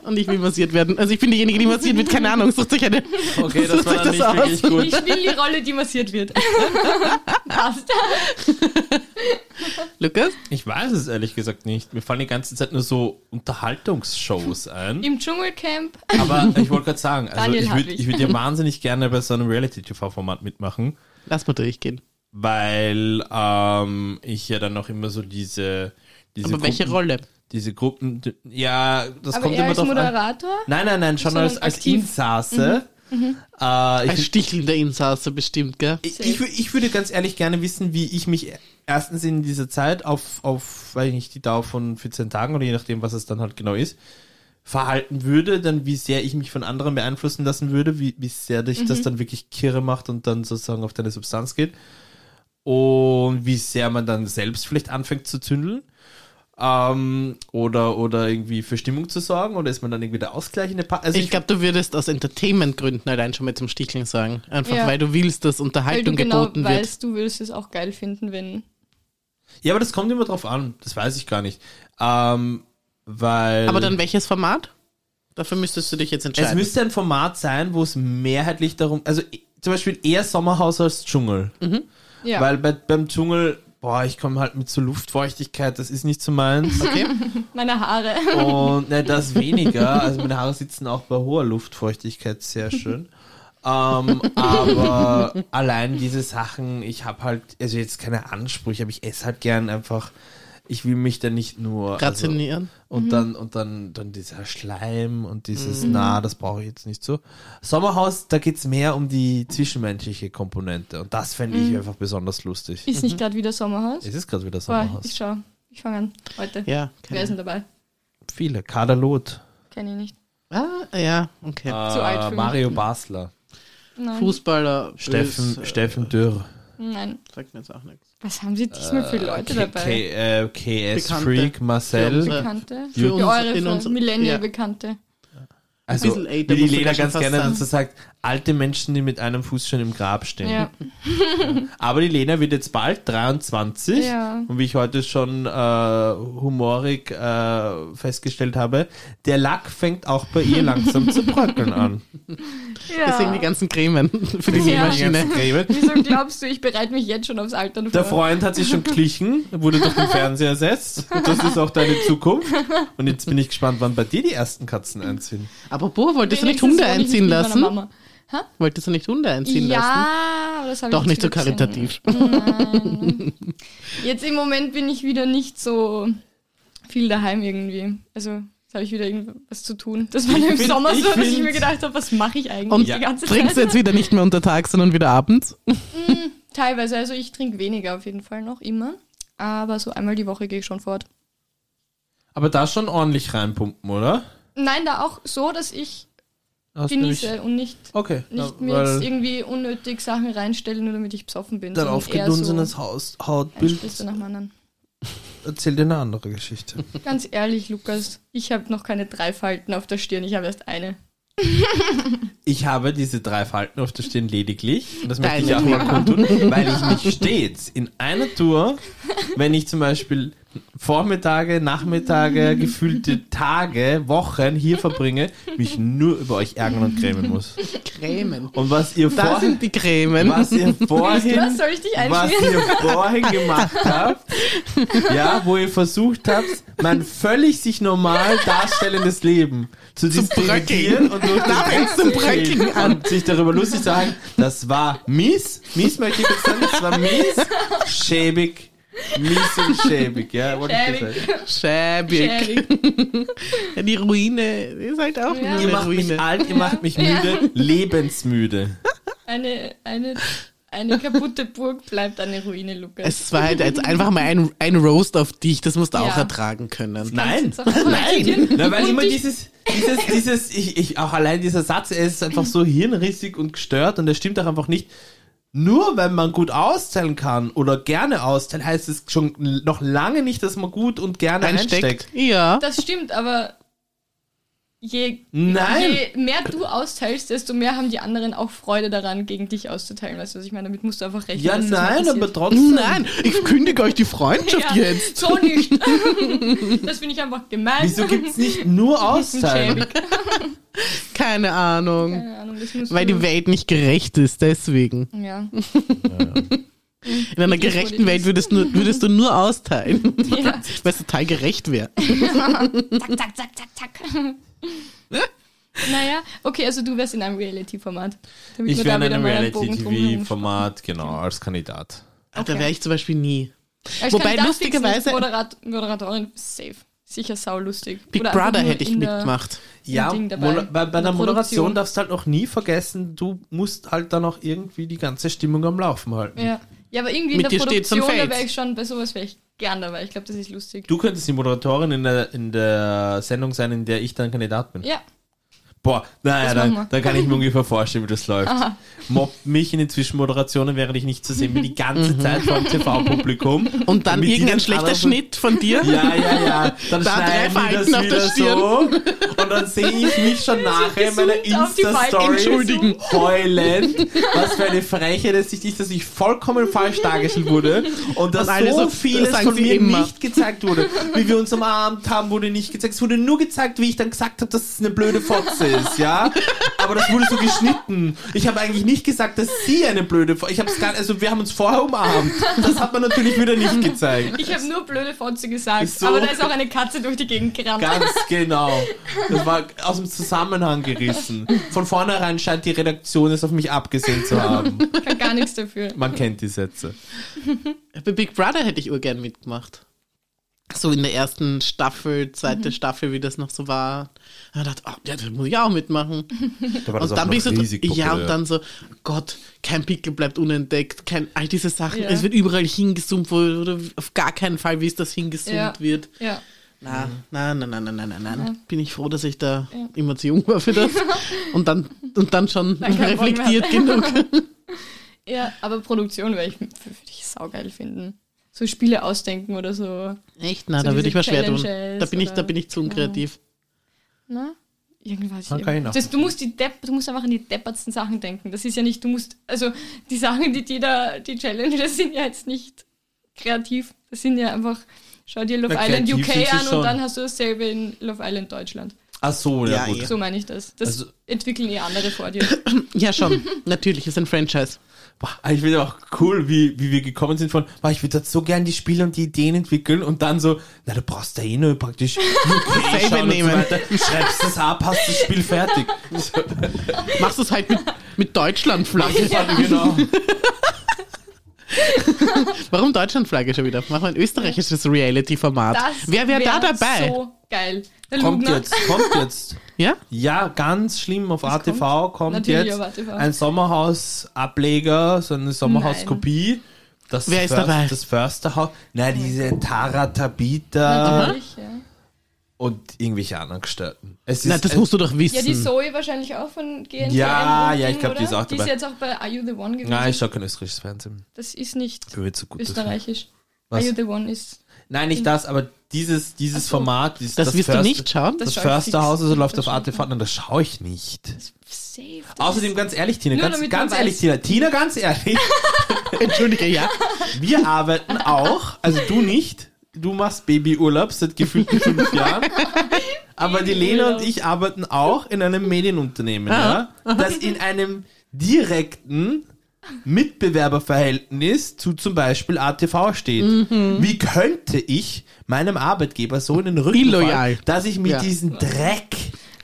Und ich will massiert werden. Also ich bin diejenige, die massiert wird. Keine Ahnung, sucht sich eine. Okay, das war Sucht sich dann nicht das wirklich gut. Ich will die Rolle, die massiert wird. Passt. Lukas? Ich weiß es ehrlich gesagt nicht. Mir fallen die ganze Zeit nur so Unterhaltungsshows ein. Im Dschungelcamp. Aber ich wollte gerade sagen, also Daniel ich würde Hartwig. ich würd ja wahnsinnig gerne bei so einem Reality-TV-Format mitmachen. Lass mal durchgehen. weil ähm, ich ja dann noch immer so diese diese Aber welche Gruppen, Rolle? diese Gruppen d- ja das Aber kommt er immer als drauf an. Moderator. Nein, nein, nein, schon Sondern als, als aktiv. Mhm, Insasse. Äh, Als ich, stichelnder Insasse bestimmt, gell? ich, ich, wü- ich würde ganz ehrlich gerne wissen, wie ich mich e-, erstens in dieser Zeit auf, auf weiß ich nicht, die Dauer von 14 Tagen oder je nachdem, was es dann halt genau ist, verhalten würde, dann wie sehr ich mich von anderen beeinflussen lassen würde, wie, wie sehr dich Mhm. das dann wirklich kirre macht und dann sozusagen auf deine Substanz geht und wie sehr man dann selbst vielleicht anfängt zu zündeln ähm, oder, oder irgendwie für Stimmung zu sorgen oder ist man dann irgendwie der ausgleichende Part. Also Ich glaube, du würdest aus Entertainment-Gründen allein schon mal zum Sticheln sagen. Einfach Ja. weil du willst, dass Weil du Unterhaltung genau geboten wird. weißt, du würdest es auch geil finden, wenn Ja, aber das kommt immer drauf an. Das weiß ich gar nicht. Ähm, weil. Aber dann welches Format? Dafür müsstest du dich jetzt Es entscheiden. müsste ein Format sein, wo es mehrheitlich darum, also eh, zum Beispiel eher Sommerhaus als Dschungel. Ja. Weil bei, beim Dschungel, boah, ich komme halt mit so Luftfeuchtigkeit, das ist nicht so meins. okay. Also- Meine Haare. Und ne, das weniger. Also meine Haare sitzen auch bei hoher Luftfeuchtigkeit sehr schön. Ähm, aber allein diese Sachen, ich habe halt, also jetzt keine Ansprüche, aber ich esse halt gern einfach, ich will mich da nicht nur. also- Rationieren. Mhm. und dann, und dann, dann dieser Schleim und dieses, na, das brauche ich jetzt nicht so. Sommerhaus, da geht's mehr um die zwischenmenschliche Komponente. Und das fände Mhm. ich einfach besonders lustig. Ist Mhm. nicht gerade wieder Sommerhaus? Es ist gerade wieder Boah, Sommerhaus. ich schau. Ich fange an. Heute. ja. Wer ist denn dabei? Viele. Kader Loth. Kenn ich nicht. Ah, ja, okay. äh, alt für mich. Mario Basler. Nein. Fußballer. Steffen, Ös, äh, Steffen Dürr. Nein. Sagt mir jetzt auch nichts. Was haben sie diesmal Äh, für Leute K dabei? K äh, KS Bekannte. Freak, Für Marcel. unsere- Bekannte? Für uns- Für eure in Fre- uns- ja. Millennial-Bekannte. Also, bisschen wie älter die musst du Lena schon ganz fast gerne sein. dazu sagt, alte Menschen, die mit einem Fuß schon im Grab stehen. Ja. Aber die Lena wird jetzt bald 23. Ja. Und wie ich heute schon äh, humorig äh, festgestellt habe, der Lack fängt auch bei ihr langsam zu bröckeln an. Deswegen die ganzen Cremen für die Ja. Nähmaschine. Cremen. Wieso glaubst du, ich bereite mich jetzt schon aufs Altern Der vor? Freund hat sich schon glichen, wurde durch den Fernseher ersetzt. Und das ist auch deine Zukunft. Und jetzt bin ich gespannt, wann bei dir die ersten Katzen einziehen. Apropos, wolltest du nicht Wenigstens Hunde wohne ich einziehen mit meiner lassen? Mama. Wolltest du nicht Hunde einziehen lassen? Ja, aber das habe ich Doch nicht so gesehen. karitativ. Nein. Jetzt im Moment bin ich wieder nicht so viel daheim irgendwie. Also jetzt habe ich wieder irgendwas zu tun. Das war Ich im find- Sommer ich so, dass ich find- mir gedacht habe, was mache ich eigentlich Und die ganze trinkst du Zeit? jetzt wieder nicht mehr unter Tag, sondern wieder abends? Teilweise, also ich trinke weniger auf jeden Fall noch immer. Aber so einmal die Woche gehe ich schon fort. Aber da schon ordentlich reinpumpen, oder? Nein, da auch so, dass ich Hast du genieße nicht- und nicht, Okay. nicht na, mir weil jetzt irgendwie unnötig Sachen reinstelle, nur damit ich besoffen bin. dein sondern eher aufgedunsenes so Haus- ein Hautbild Spritzer nach dem anderen. erzählt dir eine andere Geschichte. Ganz ehrlich, Lukas, ich habe noch keine drei Falten auf der Stirn, ich habe erst eine. Ich habe diese drei Falten auf der Stirn lediglich, und das möchte Deine ich auch mal kundtun, weil ich mich stets in einer Tour, wenn ich zum Beispiel Vormittage, Nachmittage, gefühlte Tage, Wochen hier verbringe, mich nur über euch ärgern und grämen muss. Cremen. Und was ihr, Da vorhin, sind die Cremen. was ihr vorhin Was soll ich dich was einschmieren? ihr vorhin gemacht habt, ja, wo ihr versucht habt, mein völlig sich normal darstellendes Leben zu diskreditieren und durch Da fängt's zum den Dreck zu Bröckeln reden an. und sich darüber lustig zu sagen, das war mies, mies möchte ich jetzt sagen, das war mies, schäbig, mies und schäbig, ja, wollte ich Schäbig. gesagt. Schäbig. Schäbig. Ja, die Ruine ist halt auch Ja. nur Ihr eine macht mich Ruine. alt, ihr macht mich müde, lebensmüde. Eine, eine, eine kaputte Burg bleibt eine Ruine, Lukas. Es war halt jetzt einfach mal ein, ein Roast auf dich, das musst du auch Ja. ertragen können. Nein, Kannst du jetzt auch akzeptieren? Na, weil Und immer ich- dieses, dieses, dieses, ich, ich, auch allein dieser Satz, er ist einfach so hirnrissig und gestört und der stimmt auch einfach nicht. Nur wenn man gut austeilen kann oder gerne austeilen, heißt es schon noch lange nicht, dass man gut und gerne einsteckt. Einsteckt. Ja. Das stimmt, aber je, Nein. je mehr du austeilst, desto mehr haben die anderen auch Freude daran, gegen dich auszuteilen. Weißt du, was ich meine? Damit musst du einfach rechnen. Ja, dass das mal nein, passiert. aber trotzdem. Nein, ich kündige euch die Freundschaft ja, jetzt. So nicht. Das finde ich einfach gemein. Wieso gibt's nicht nur austeilen? Keine Ahnung. Keine Ahnung, das muss Weil die Welt nicht gerecht ist, deswegen. Ja. In einer Ich weiß, wo gerechten die Welt ist. würdest, nur, würdest du nur austeilen, ja. weil es total gerecht wäre. Zack, zack, zack, zack, zack. naja, okay, also du wärst in einem Reality-Format. Damit Ich wir wäre da in wieder einem mal einen Bogen drumherum Reality-TV-Format, genau, als Kandidat. Da Okay. wäre ich zum Beispiel nie. spannen. Als Wobei Kandidat lustigerweise- fix nicht. Moderat Moderatorin, safe. Sicher saulustig. Big Oder einfach Brother nur hätte ich in der- mitgemacht. Ja, Ding dabei. Moder- bei, bei Eine der Moderation Produktion. darfst du halt auch nie vergessen, du musst halt dann auch irgendwie die ganze Stimmung am Laufen halten. Ja. ja, aber irgendwie Mit in dir der steht's am Produktion, da Feld. wäre ich schon, bei sowas wäre ich gern dabei. Ich glaube, das ist lustig. Du könntest die Moderatorin in der, in der Sendung sein, in der ich dann Kandidat bin. Ja, Boah, naja, Das machen wir. dann, dann kann ich mir ungefähr vorstellen, wie das läuft. Mobbt mich in den Zwischenmoderationen, während ich nicht zu sehen bin, die ganze Zeit vom TV-Publikum. Und dann Mit irgendein diesen schlechter anderen- Schnitt von dir. Ja, ja, ja. Dann Da drei schneiden die das Falten auf der wieder so. Und dann sehe ich mich schon nachher in meiner gesund auf die Falten, entschuldigen. Insta-Story heulend. Was für eine Frechheit, dass ich, dass ich vollkommen falsch dargestellt wurde. Und dass Und alle so so, vieles sagen von sie mir immer. nicht gezeigt wurde. Wie wir uns umarmt haben, wurde nicht gezeigt. Es wurde nur gezeigt, wie ich dann gesagt habe, dass es eine blöde Fotze ist, ja? Aber das wurde so geschnitten. Ich habe eigentlich nicht gesagt, dass sie eine blöde Fotze... Ich habe es gar... Also wir haben uns vorher umarmt. Das hat man natürlich wieder nicht gezeigt. Ich habe nur blöde Fotze gesagt, Ist so. aber da ist auch eine Katze durch die Gegend gerannt. Ganz genau. Das war aus dem Zusammenhang gerissen. Von vornherein scheint die Redaktion es auf mich abgesehen zu haben. Ich kann gar nichts dafür. Man kennt die Sätze. Bei Big Brother hätte ich urgern mitgemacht. So in der ersten Staffel, Mhm. zweite Staffel, wie das noch so war. Da dachte ich, oh, ja, das muss ich auch mitmachen. Da war und dann bin ich so, ja, und dann so, Gott, kein Pickel bleibt unentdeckt, kein, all diese Sachen. Ja. Es wird überall hingezoomt, wo, oder auf gar keinen Fall, wie es das hingezoomt Ja. wird. Ja. Na, na, na, na, na, na, na, na. Ja. Bin ich froh, dass ich da Ja. immer zu jung war für das. Und dann, und dann schon Dann kein Bock mehr. reflektiert genug. ja, aber Produktion wäre ich, würde ich saugeil finden. So Spiele ausdenken oder so. Echt? Na, So da würde diese ich mir schwer tun. Challenges Da bin ich, da oder- bin ich zu unkreativ. Na? Irgendwas. Man kann ihn auch- Das, du, musst die Depp, du musst einfach an die deppertsten Sachen denken. Das ist ja nicht, du musst, also die Sachen, die dir da, die Challenge, das sind ja jetzt nicht kreativ. Das sind ja einfach, schau dir Love Na, Island kreativ sind UK sie an schon. und dann hast du dasselbe in Love Island Deutschland. Ach so, ja, Ja, gut. eh. So meine ich das. Das Also- entwickeln eh andere vor dir. Ja, schon. Natürlich, ist ein Franchise. Boah, ich finde auch cool, wie, wie wir gekommen sind von, boah, ich würde so gern die Spiele und die Ideen entwickeln und dann so, na, du brauchst da eh nur praktisch UK Selber schauen und so nehmen. weiter. Schreibst das ab, hast das Spiel fertig. Machst es halt mit, mit Deutschlandflagge. Genau. Warum Deutschlandflagge schon wieder? Machen wir ein österreichisches Reality-Format. Das Wer wäre da wär dabei? So geil. Der Kommt Lugner. jetzt, kommt jetzt. Ja? Ja, ganz schlimm auf ATV kommt, Natürlich jetzt auf ATV. ein Sommerhaus-Ableger, so eine Sommerhauskopie. Das Wer ist dabei? Das Försterhaus. Na, diese Tara Tabita Natürlich, ja. und irgendwelche anderen Gestörten. Es ist, Na, das es- musst du doch wissen. Ja, die Zoe wahrscheinlich auch von GNTM. Hm. Ja, ja, ich Ding, glaub, die oder? ist auch Die ist dabei. jetzt auch bei Are You The One gewesen. Nein, ich schaue kein österreichisches Fernsehen. das ist nicht Ich bin mir zu gut dafür. österreichisch. Was? Are You The One ist... Nein, nicht das, aber dieses, dieses Ach so. Format. Dieses, das wirst du Förster- nicht schauen? Das Das, schau ich Försterhaus fix. also läuft Das auf schau ich ATV. Nein, das schaue ich nicht. Safe. das Außerdem ganz ehrlich, Tina, Nur ganz, damit ganz man ehrlich, weiß. Tina, Tina, ganz ehrlich, Entschuldige, ja. Wir arbeiten auch, also du nicht. Du machst Babyurlaub seit gefühlten fünf Jahren. Aber die Lena und ich arbeiten auch in einem Medienunternehmen, ja, das in einem direkten Mitbewerberverhältnis zu zum Beispiel ATV steht. Mhm. Wie könnte ich meinem Arbeitgeber so in den Rücken Illoyal. fallen, dass ich mit Ja. diesem Dreck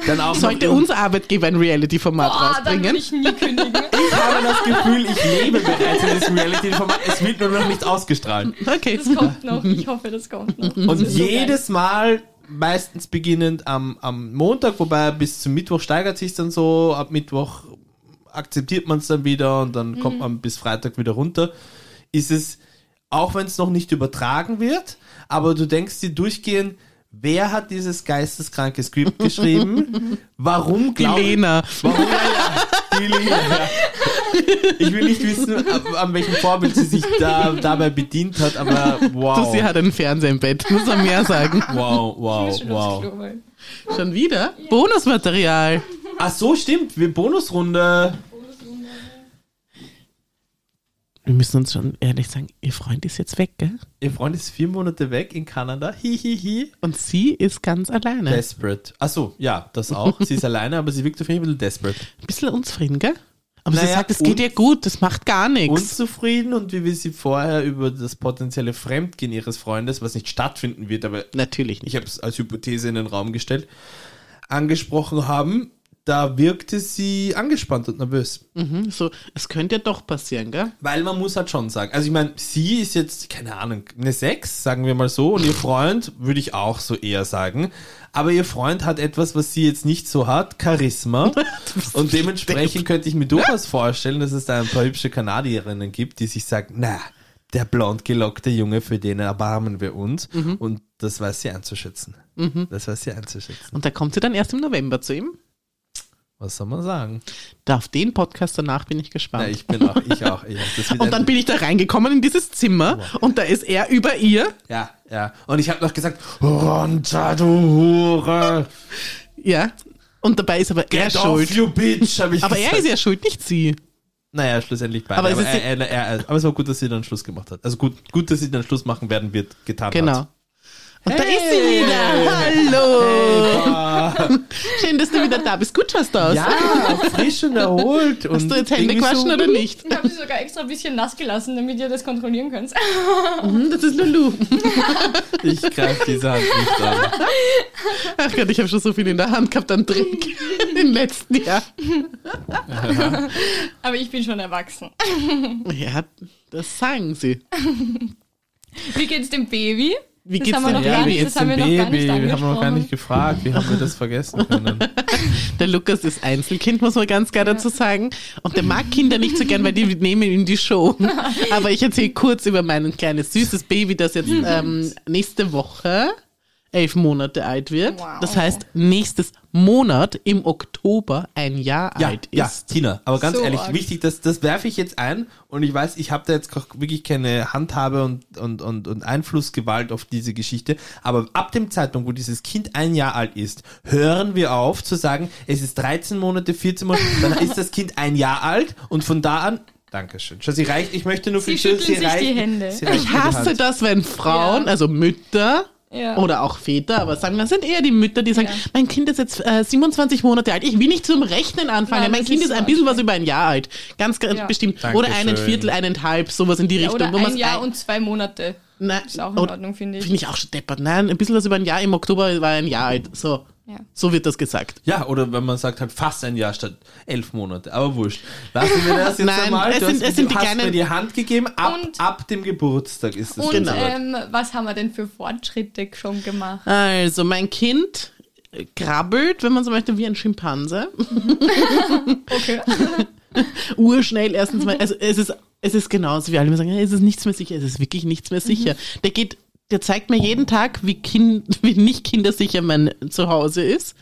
dann auch noch Sollte unser Arbeitgeber ein Reality-Format Genau. Boah, Ah, rausbringen? dann würde ich nie kündigen. ich habe das Gefühl, ich lebe bereits in diesem Reality-Format. Es wird nur noch nicht ausgestrahlt. Okay. Das kommt noch. Ich hoffe, das kommt noch. Das Und ist so jedes Mal, meistens beginnend am, am Montag, wobei bis zum Mittwoch steigert sich dann so, ab Mittwoch akzeptiert man es dann wieder und dann kommt man bis Freitag wieder runter, ist es, auch wenn es noch nicht übertragen wird, aber du denkst dir durchgehend, wer hat dieses geisteskranke Skript geschrieben? Warum Die glaubt Lena. Warum? Ja, ja. Die Linie, ja. Ich will nicht wissen, ab, an welchem Vorbild sie sich da, dabei bedient hat, aber wow. Du, sie hat einen Fernseher im Bett. Muss man mehr sagen. geil. Ich Wow, wow, muss schon aufs wow. Klo, weil- Schon wieder? Bonusmaterial. Ach so, stimmt. Wir Bonusrunde. Wir müssen uns schon ehrlich sagen, ihr Freund ist jetzt weg, gell? Ihr Freund ist vier Monate weg in Kanada. Hihihi. Und sie ist ganz alleine. Desperate. Ach so, ja, das auch. Sie ist alleine, aber sie wirkt auf jeden Fall ein bisschen desperate. Ein bisschen unzufrieden, gell? Aber sie Naja, sagt, es geht und- ihr gut, das macht gar nichts. Unzufrieden und wie wir sie vorher über das potenzielle Fremdgehen ihres Freundes, was nicht stattfinden wird, aber Natürlich nicht. ich habe es als Hypothese in den Raum gestellt, angesprochen haben, da wirkte sie angespannt und nervös. Mhm, so, es könnte ja doch passieren, gell? Weil man muss halt schon sagen, also ich meine, sie ist jetzt, keine Ahnung, eine 6, sagen wir mal so, und ihr Freund würde ich auch so eher sagen. Aber ihr Freund hat etwas, was sie jetzt nicht so hat, Charisma. und dementsprechend könnte ich mir durchaus vorstellen, dass es da ein paar hübsche Kanadierinnen gibt, die sich sagen, na, der blond gelockte Junge, für den erbarmen wir uns. Mhm. Und das weiß sie einzuschätzen. Das weiß sie einzuschätzen. Und da kommt sie dann erst im November zu ihm. Was soll man sagen? Da auf den Podcast danach bin ich gespannt. Na, ich ähm, bin auch, ich auch. Ich, das wird ein- und dann bin ich da reingekommen in dieses Zimmer und da ist er über ihr. ja, ja. Und ich habe noch gesagt, runter, du Hure. Ja. Und dabei ist aber Get er off, schuld. you bitch, habe ich Aber gesagt. er ist ja schuld, nicht sie. Naja, schlussendlich beide. Aber Aber, es aber, ist die- er, er, er, aber es war gut, dass sie dann Schluss gemacht hat. Also gut, gut dass sie dann Schluss machen werden wird, getan Genau. hat. Und da Hey. ist sie wieder. Hallo. Ah, Schön, dass du wieder da bist. Gut schaust du aus. ja, frisch und erholt. Und Hast du jetzt Hände irgendwie so- gewaschen oder nicht? Ich habe sie sogar extra ein bisschen nass gelassen, damit ihr das kontrollieren könnt. Hm, Das ist Lulu. Ich greife diese Hand nicht an. Ach Gott, ich habe schon so viel in der Hand gehabt an Dreck im letzten Jahr. Aber ich bin schon erwachsen. Ja, das sagen sie. Wie geht's dem Baby? Wie Das geht's haben wir dem noch gar Baby? nicht- Wie das haben wir noch gar nicht Wir haben noch gar angesprochen. nicht gefragt. Wie haben wir das vergessen können? Der Lukas ist Einzelkind, muss man ganz klar dazu sagen. Und der mag Kinder nicht so gern, weil die nehmen ihn in die Show. Aber ich erzähle kurz über mein kleines süßes Baby, das jetzt ähm, nächste Woche elf Monate alt wird. Wow. Das heißt, nächstes Monat im Oktober ein Jahr Ja, alt ist. ja, Tina, aber ganz So ehrlich, arg. wichtig, das, das werfe ich jetzt ein und ich weiß, ich habe da jetzt auch wirklich keine Handhabe und, und, und, und Einflussgewalt auf diese Geschichte, aber ab dem Zeitpunkt, wo dieses Kind ein Jahr alt ist, hören wir auf zu sagen, es ist 13 Monate, 14 Monate, dann ist das Kind ein Jahr alt und von da an, Dankeschön. Schau, sie reicht, ich möchte nur Sie für schön- schütteln sich die reicht- Hände. sie reicht Ich mir die hasse Hand. das, wenn Frauen, Ja. also Mütter Ja. oder auch Väter, aber sagen wir, das sind eher die Mütter, die sagen, Ja. mein Kind ist jetzt äh, 27 Monate alt, ich will nicht zum Rechnen anfangen, Nein, mein das Kind ist ist so ein bisschen was über ein Jahr alt, ganz, ganz Ja. bestimmt. Dankeschön. Oder einen Viertel, eineinhalb, sowas in die Ja, Richtung. oder wo man's ein Jahr ein- und zwei Monate. Nein, Ist auch in oder- Ordnung, finde ich. Finde ich auch schon deppert. Nein, ein bisschen was über ein Jahr, im Oktober war ein Jahr alt, so. Ja. So wird das gesagt. Ja, oder wenn man sagt, halt fast ein Jahr statt elf Monate. Aber wurscht. Lassen wir das jetzt Nein, einmal. es Du sind- hast, es sind die du hast kleinen- mir die Hand gegeben. Ab, Und- ab dem Geburtstag ist das Und dann soweit. Also ähm, was haben wir denn für Fortschritte schon gemacht? Also, mein Kind krabbelt, wenn man so möchte, wie ein Schimpanse. Okay. urschnell erstens mal, also es ist, es ist genauso, wie alle immer sagen, es ist nichts mehr sicher, es ist wirklich nichts mehr sicher. Der geht, der zeigt mir jeden Tag, wie kind, wie nicht kindersicher mein Zuhause ist.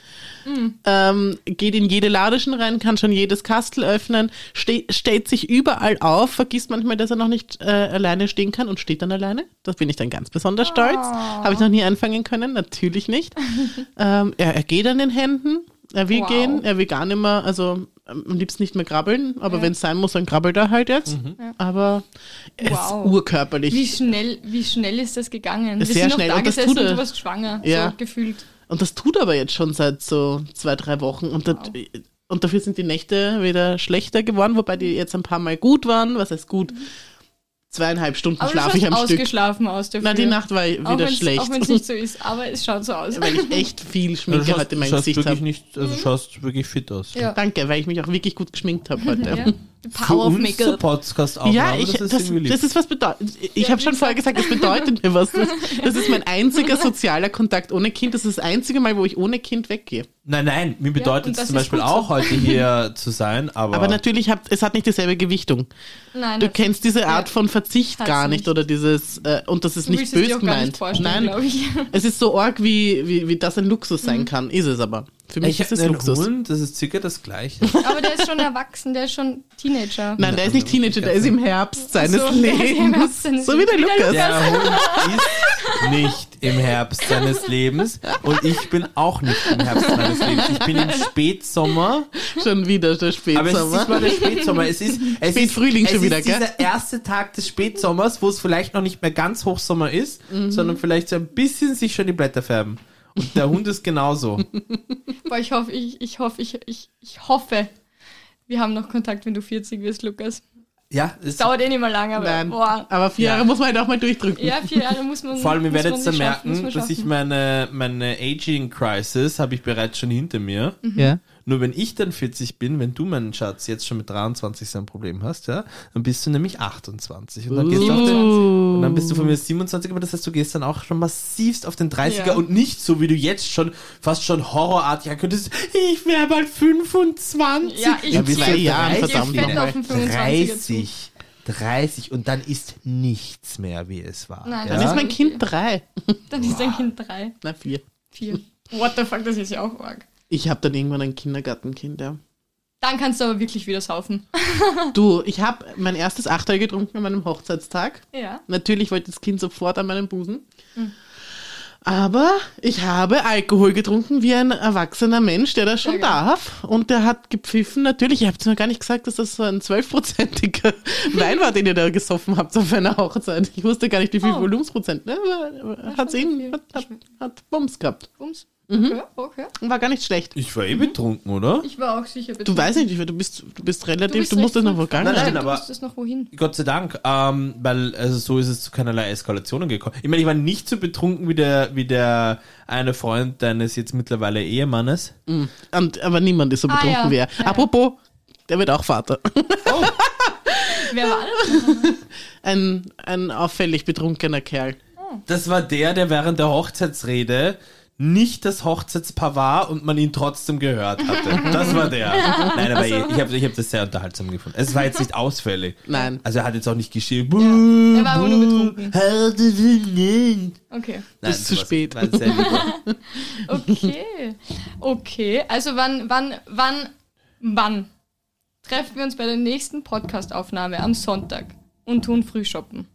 Ähm, geht in jede Ladeschen rein, kann schon jedes Kastel öffnen, ste stellt sich überall auf, vergisst manchmal, dass er noch nicht äh, alleine stehen kann und steht dann alleine. Das bin ich dann ganz besonders stolz. Oh. Habe ich noch nie anfangen können, natürlich nicht. ähm, er, er geht an den Händen, er will Wow. gehen, er will gar nicht mehr, also ähm, am liebsten nicht mehr krabbeln, aber wenn es sein muss, dann krabbelt er halt jetzt. Aber er Mhm. Wow. ist urkörperlich. Wie schnell, wie schnell ist das gegangen? Wir Sehr sind noch schnell. da Und das gesessen tut er. du warst schwanger, Ja. so gefühlt. Und das tut er aber jetzt schon seit so zwei, drei Wochen. Und, da- Wow. und dafür sind die Nächte wieder schlechter geworden, wobei die jetzt ein paar Mal gut waren. Was heißt gut? Zweieinhalb Stunden Mhm. Aber schlafe du ich schaust am Stück. ausgeschlafen aus dafür. Na, die Nacht war auch wieder wenn's- schlecht. Auch wenn es nicht so ist, aber es schaut so aus. weil ich echt viel Ja, Schminke heute in mein Gesicht wirklich habe. nicht, also schaust wirklich fit aus. Mhm. Ja. Danke, weil ich mich auch wirklich gut geschminkt habe heute. Ja. Ja. The Für Power of uns zur Make-up. Podcast auch. ich, das das, ist das, irgendwie lieb. ist was bedeutet. Ich Ja, habe wie schon vorher gesagt, das bedeutet mir was. Das, das ist mein einziger sozialer Kontakt ohne Kind. Das ist das einzige Mal, wo ich ohne Kind weggehe. Nein, nein, mir bedeutet und das es zum ist Beispiel gut so. auch heute hier zu sein, aber, Aber natürlich hat es hat nicht dieselbe Gewichtung. Nein, Du das- kennst diese Art Ja. von Verzicht Hat's gar nicht nicht. oder dieses, äh, und das ist Du nicht willst es dir böse auch gar gemeint. nicht vorstellen, glaub Nein, ich. Mhm. es ist so arg, wie, wie, wie das ein Luxus sein kann. Ist es aber. Für mich ich ist es habe einen Luxus. Hund, das ist circa das Gleiche. Aber der ist schon erwachsen, der ist schon Teenager. Nein, der ist also nicht Teenager, der ist im Herbst seines So, der ist im Lebens. Herbst seines So wie der Lebens. Lukas. Wie der Der Hund ist nicht im Herbst seines Lebens und ich bin auch nicht im Herbst meines Lebens. Ich bin im Spätsommer. Schon wieder der Aber es ist nicht mal Spätsommer. der Spätsommer. Es ist, es Spätfrühling ist, schon es wieder, ist gell? dieser erste Tag des Spätsommers, wo es vielleicht noch nicht mehr ganz Hochsommer ist, Mhm. sondern vielleicht so ein bisschen sich schon die Blätter färben. Und der Hund ist genauso. Boah, ich hoffe, ich, ich hoffe, ich, ich, ich hoffe, wir haben noch Kontakt, wenn du 40 wirst, Lukas. Ja, es Dauert eh nicht mehr lange, aber Nein, boah. aber vier Ja. Jahre muss man halt auch mal durchdrücken. Ja, vier Jahre muss man. vor allem, ihr muss werdet man es dann sich schaffen, muss merken, man dass ich schaffen. meine, meine Aging Crisis habe ich bereits schon hinter mir. Ja. Nur wenn ich dann 40 bin, wenn du, mein Schatz, jetzt schon mit 23 so ein Problem hast, ja, dann bist du nämlich 28. Und dann, gehst du auf den, Uh. und dann bist du von mir 27, aber das heißt, du gehst dann auch schon massivst auf den 30er Ja. und nicht so, wie du jetzt schon fast schon horrorartig könntest, ich wäre bald 25. Ja, ich- In bist zwei du Jahren, 30, verdammt Ich fällt nochmal. auf den 25er zu. 30, 30 und dann ist nichts mehr, wie es war. Nein, ja? Dann ist mein Kind drei. Dann ist dein Kind drei, Na, vier. vier. What the fuck, das ist ja auch arg. Ich habe dann irgendwann ein Kindergartenkind, ja. Dann kannst du aber wirklich wieder saufen. Du, ich habe mein erstes Achtel getrunken an meinem Hochzeitstag. Ja. Natürlich wollte das Kind sofort an meinen Busen. Hm. Aber ich habe Alkohol getrunken wie ein erwachsener Mensch, der das schon Sehr geil. darf. Und der hat gepfiffen. Natürlich, ihr habt mir gar nicht gesagt, dass das so ein zwölfprozentiger Wein war, den ihr da gesoffen habt auf einer Hochzeit. Ich wusste gar nicht, wie viel Oh. Volumensprozent. Ne? aber Hat's schon ihn, viel. hat, hat, hat Bums gehabt. Bums. Okay, okay. War gar nicht schlecht. Ich war eh betrunken, oder? Ich war auch sicher. Du weißt nicht, du bist, du bist relativ, du, bist musst das recht noch gut. vergangen. Nein, Nein, sein. Stimmt, du aber- musstest noch wohin. Gott sei Dank, ähm, weil also so ist es zu keinerlei Eskalationen gekommen. Ich meine, ich war nicht so betrunken wie der, wie der eine Freund deines jetzt mittlerweile Ehemannes. Und, aber niemand ist so Ah, betrunken ja. wie er. Ja, ja. Apropos, der wird auch Vater. Wer war das? Ein, ein auffällig betrunkener Kerl. Das war der, der während der Hochzeitsrede nicht das Hochzeitspaar war und man ihn trotzdem gehört hatte. Das war der. Nein, aber Also. ich habe ich hab das sehr unterhaltsam gefunden. Es war jetzt nicht ausfällig. Nein. Also er hat jetzt auch nicht geschrien. Er war aber nur betrunken. betrunken. Okay. Das ist zu spät. War sehr lieb. Okay. Okay. Also wann, wann, wann, wann treffen wir uns bei der nächsten Podcast-Aufnahme am Sonntag und tun Frühshoppen?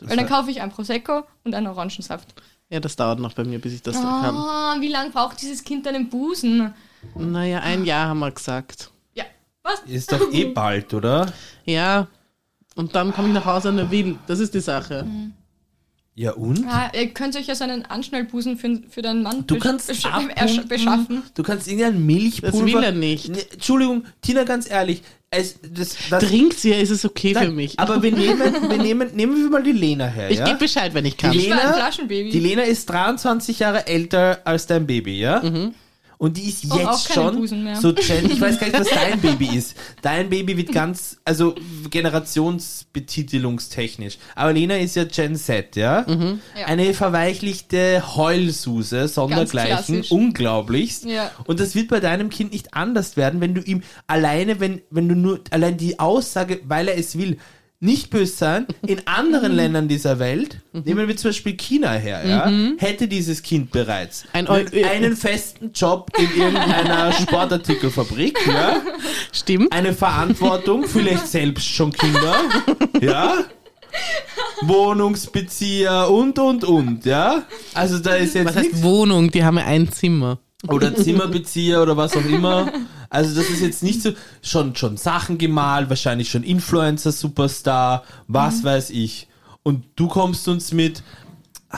Weil dann kaufe ich ein Prosecco und einen Orangensaft. Ja, das dauert noch bei mir, bis ich das Oh, kann. wie lange braucht dieses Kind einen Busen? Naja, ein Jahr haben wir gesagt. Ja. Was? Ist doch eh bald, oder? Ja. Und dann komme ich nach Hause und er will. Das ist die Sache. Ja und? Ah, ihr könnt euch ja so einen Anschnellbusen für, für deinen Mann Du besch- kannst besch- abpumpen, ersch- beschaffen. Du kannst irgendein Milchpulver. Das will er nicht. Ne, Entschuldigung, Tina, ganz ehrlich. Es, das, das, Trinkt sie, ist es okay Nein, für mich. Aber wir nehmen, wir nehmen, nehmen wir mal die Lena her, ich ja? gebe Bescheid, wenn ich kann. Die Ich war ein Lena- Flaschenbaby. Die Lena ist 23 Jahre älter als dein Baby, ja? Mhm. Und die ist Und Oh, auch jetzt keinen Busen schon mehr. so gen Ich weiß gar nicht, was dein Baby ist. Dein Baby wird ganz, also generationsbetitelungstechnisch. Aber Lena ist ja Gen Z, ja? Mhm. Ja. Eine verweichlichte Heulsuse, Sondergleichen, klassisch. unglaublichst. Ja. Und das wird bei deinem Kind nicht anders werden, wenn du ihm alleine, wenn, wenn du nur, allein die Aussage, weil er es will, nicht böse sein, in anderen Mhm. Ländern dieser Welt, nehmen wir zum Beispiel China her, ja, hätte dieses Kind bereits Mhm. Ein einen, Eu- einen festen Job in irgendeiner Sportartikelfabrik, ja, Stimmt. eine Verantwortung, vielleicht selbst schon Kinder, ja, Wohnungsbezieher und, und, und, ja. Also da ist jetzt Was nichts- heißt Wohnung? Die haben ja ein Zimmer. oder Zimmerbezieher oder was auch immer. Also das ist jetzt nicht so schon schon Sachen gemalt, wahrscheinlich schon Influencer Superstar, was Mhm. weiß ich. Und du kommst uns mit ah,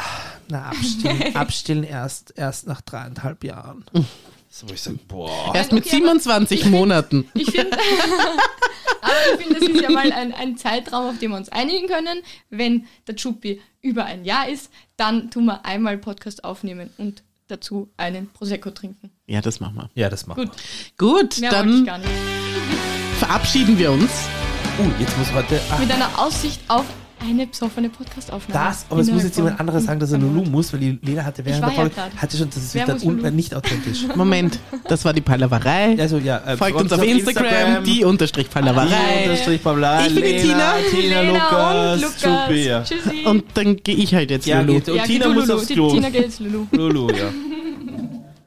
na abstillen, abstillen erst erst nach dreieinhalb Jahren. So wo ich sag, boah. Erst Nein, mit okay, aber 27 Monaten. Ich finde, aber ich finde, das ist ja mal ein, ein Zeitraum, auf den wir uns einigen können. Wenn der Chuppi über ein Jahr ist, dann tun wir einmal Podcast aufnehmen und dazu einen Prosecco trinken. Ja, das machen wir. Ja, das macht. Gut. man. Gut, Mehr wollte ich dann gar nicht. verabschieden wir uns. Uh, jetzt muss heute ah, Mit einer Aussicht auf eine besoffene Podcast-Aufnahme. Genau. das, aber es muss Innerhalb jetzt jemand von- anderes sagen, dass er von- Lulu muss, weil die Lena hatte während war der ja Folge grad. hatte schon, das ist Wer wieder muss un, Lulu? nicht authentisch. Moment, das war die Palaverei. Also ja, äh, Folgt uns auf Instagram, die unterstrich Palaverei. Unterstrich Pavla, Ich bin die Lena, Lena Tina, und Lukas, Lukas. Lukas. Tschüssi. Und dann gehe ich halt jetzt, Ja, Lulu. geht. Und Ja, Tina geht muss Lulu. aufs Die- Klo. Tina geht jetzt Lulu. Lulu, ja.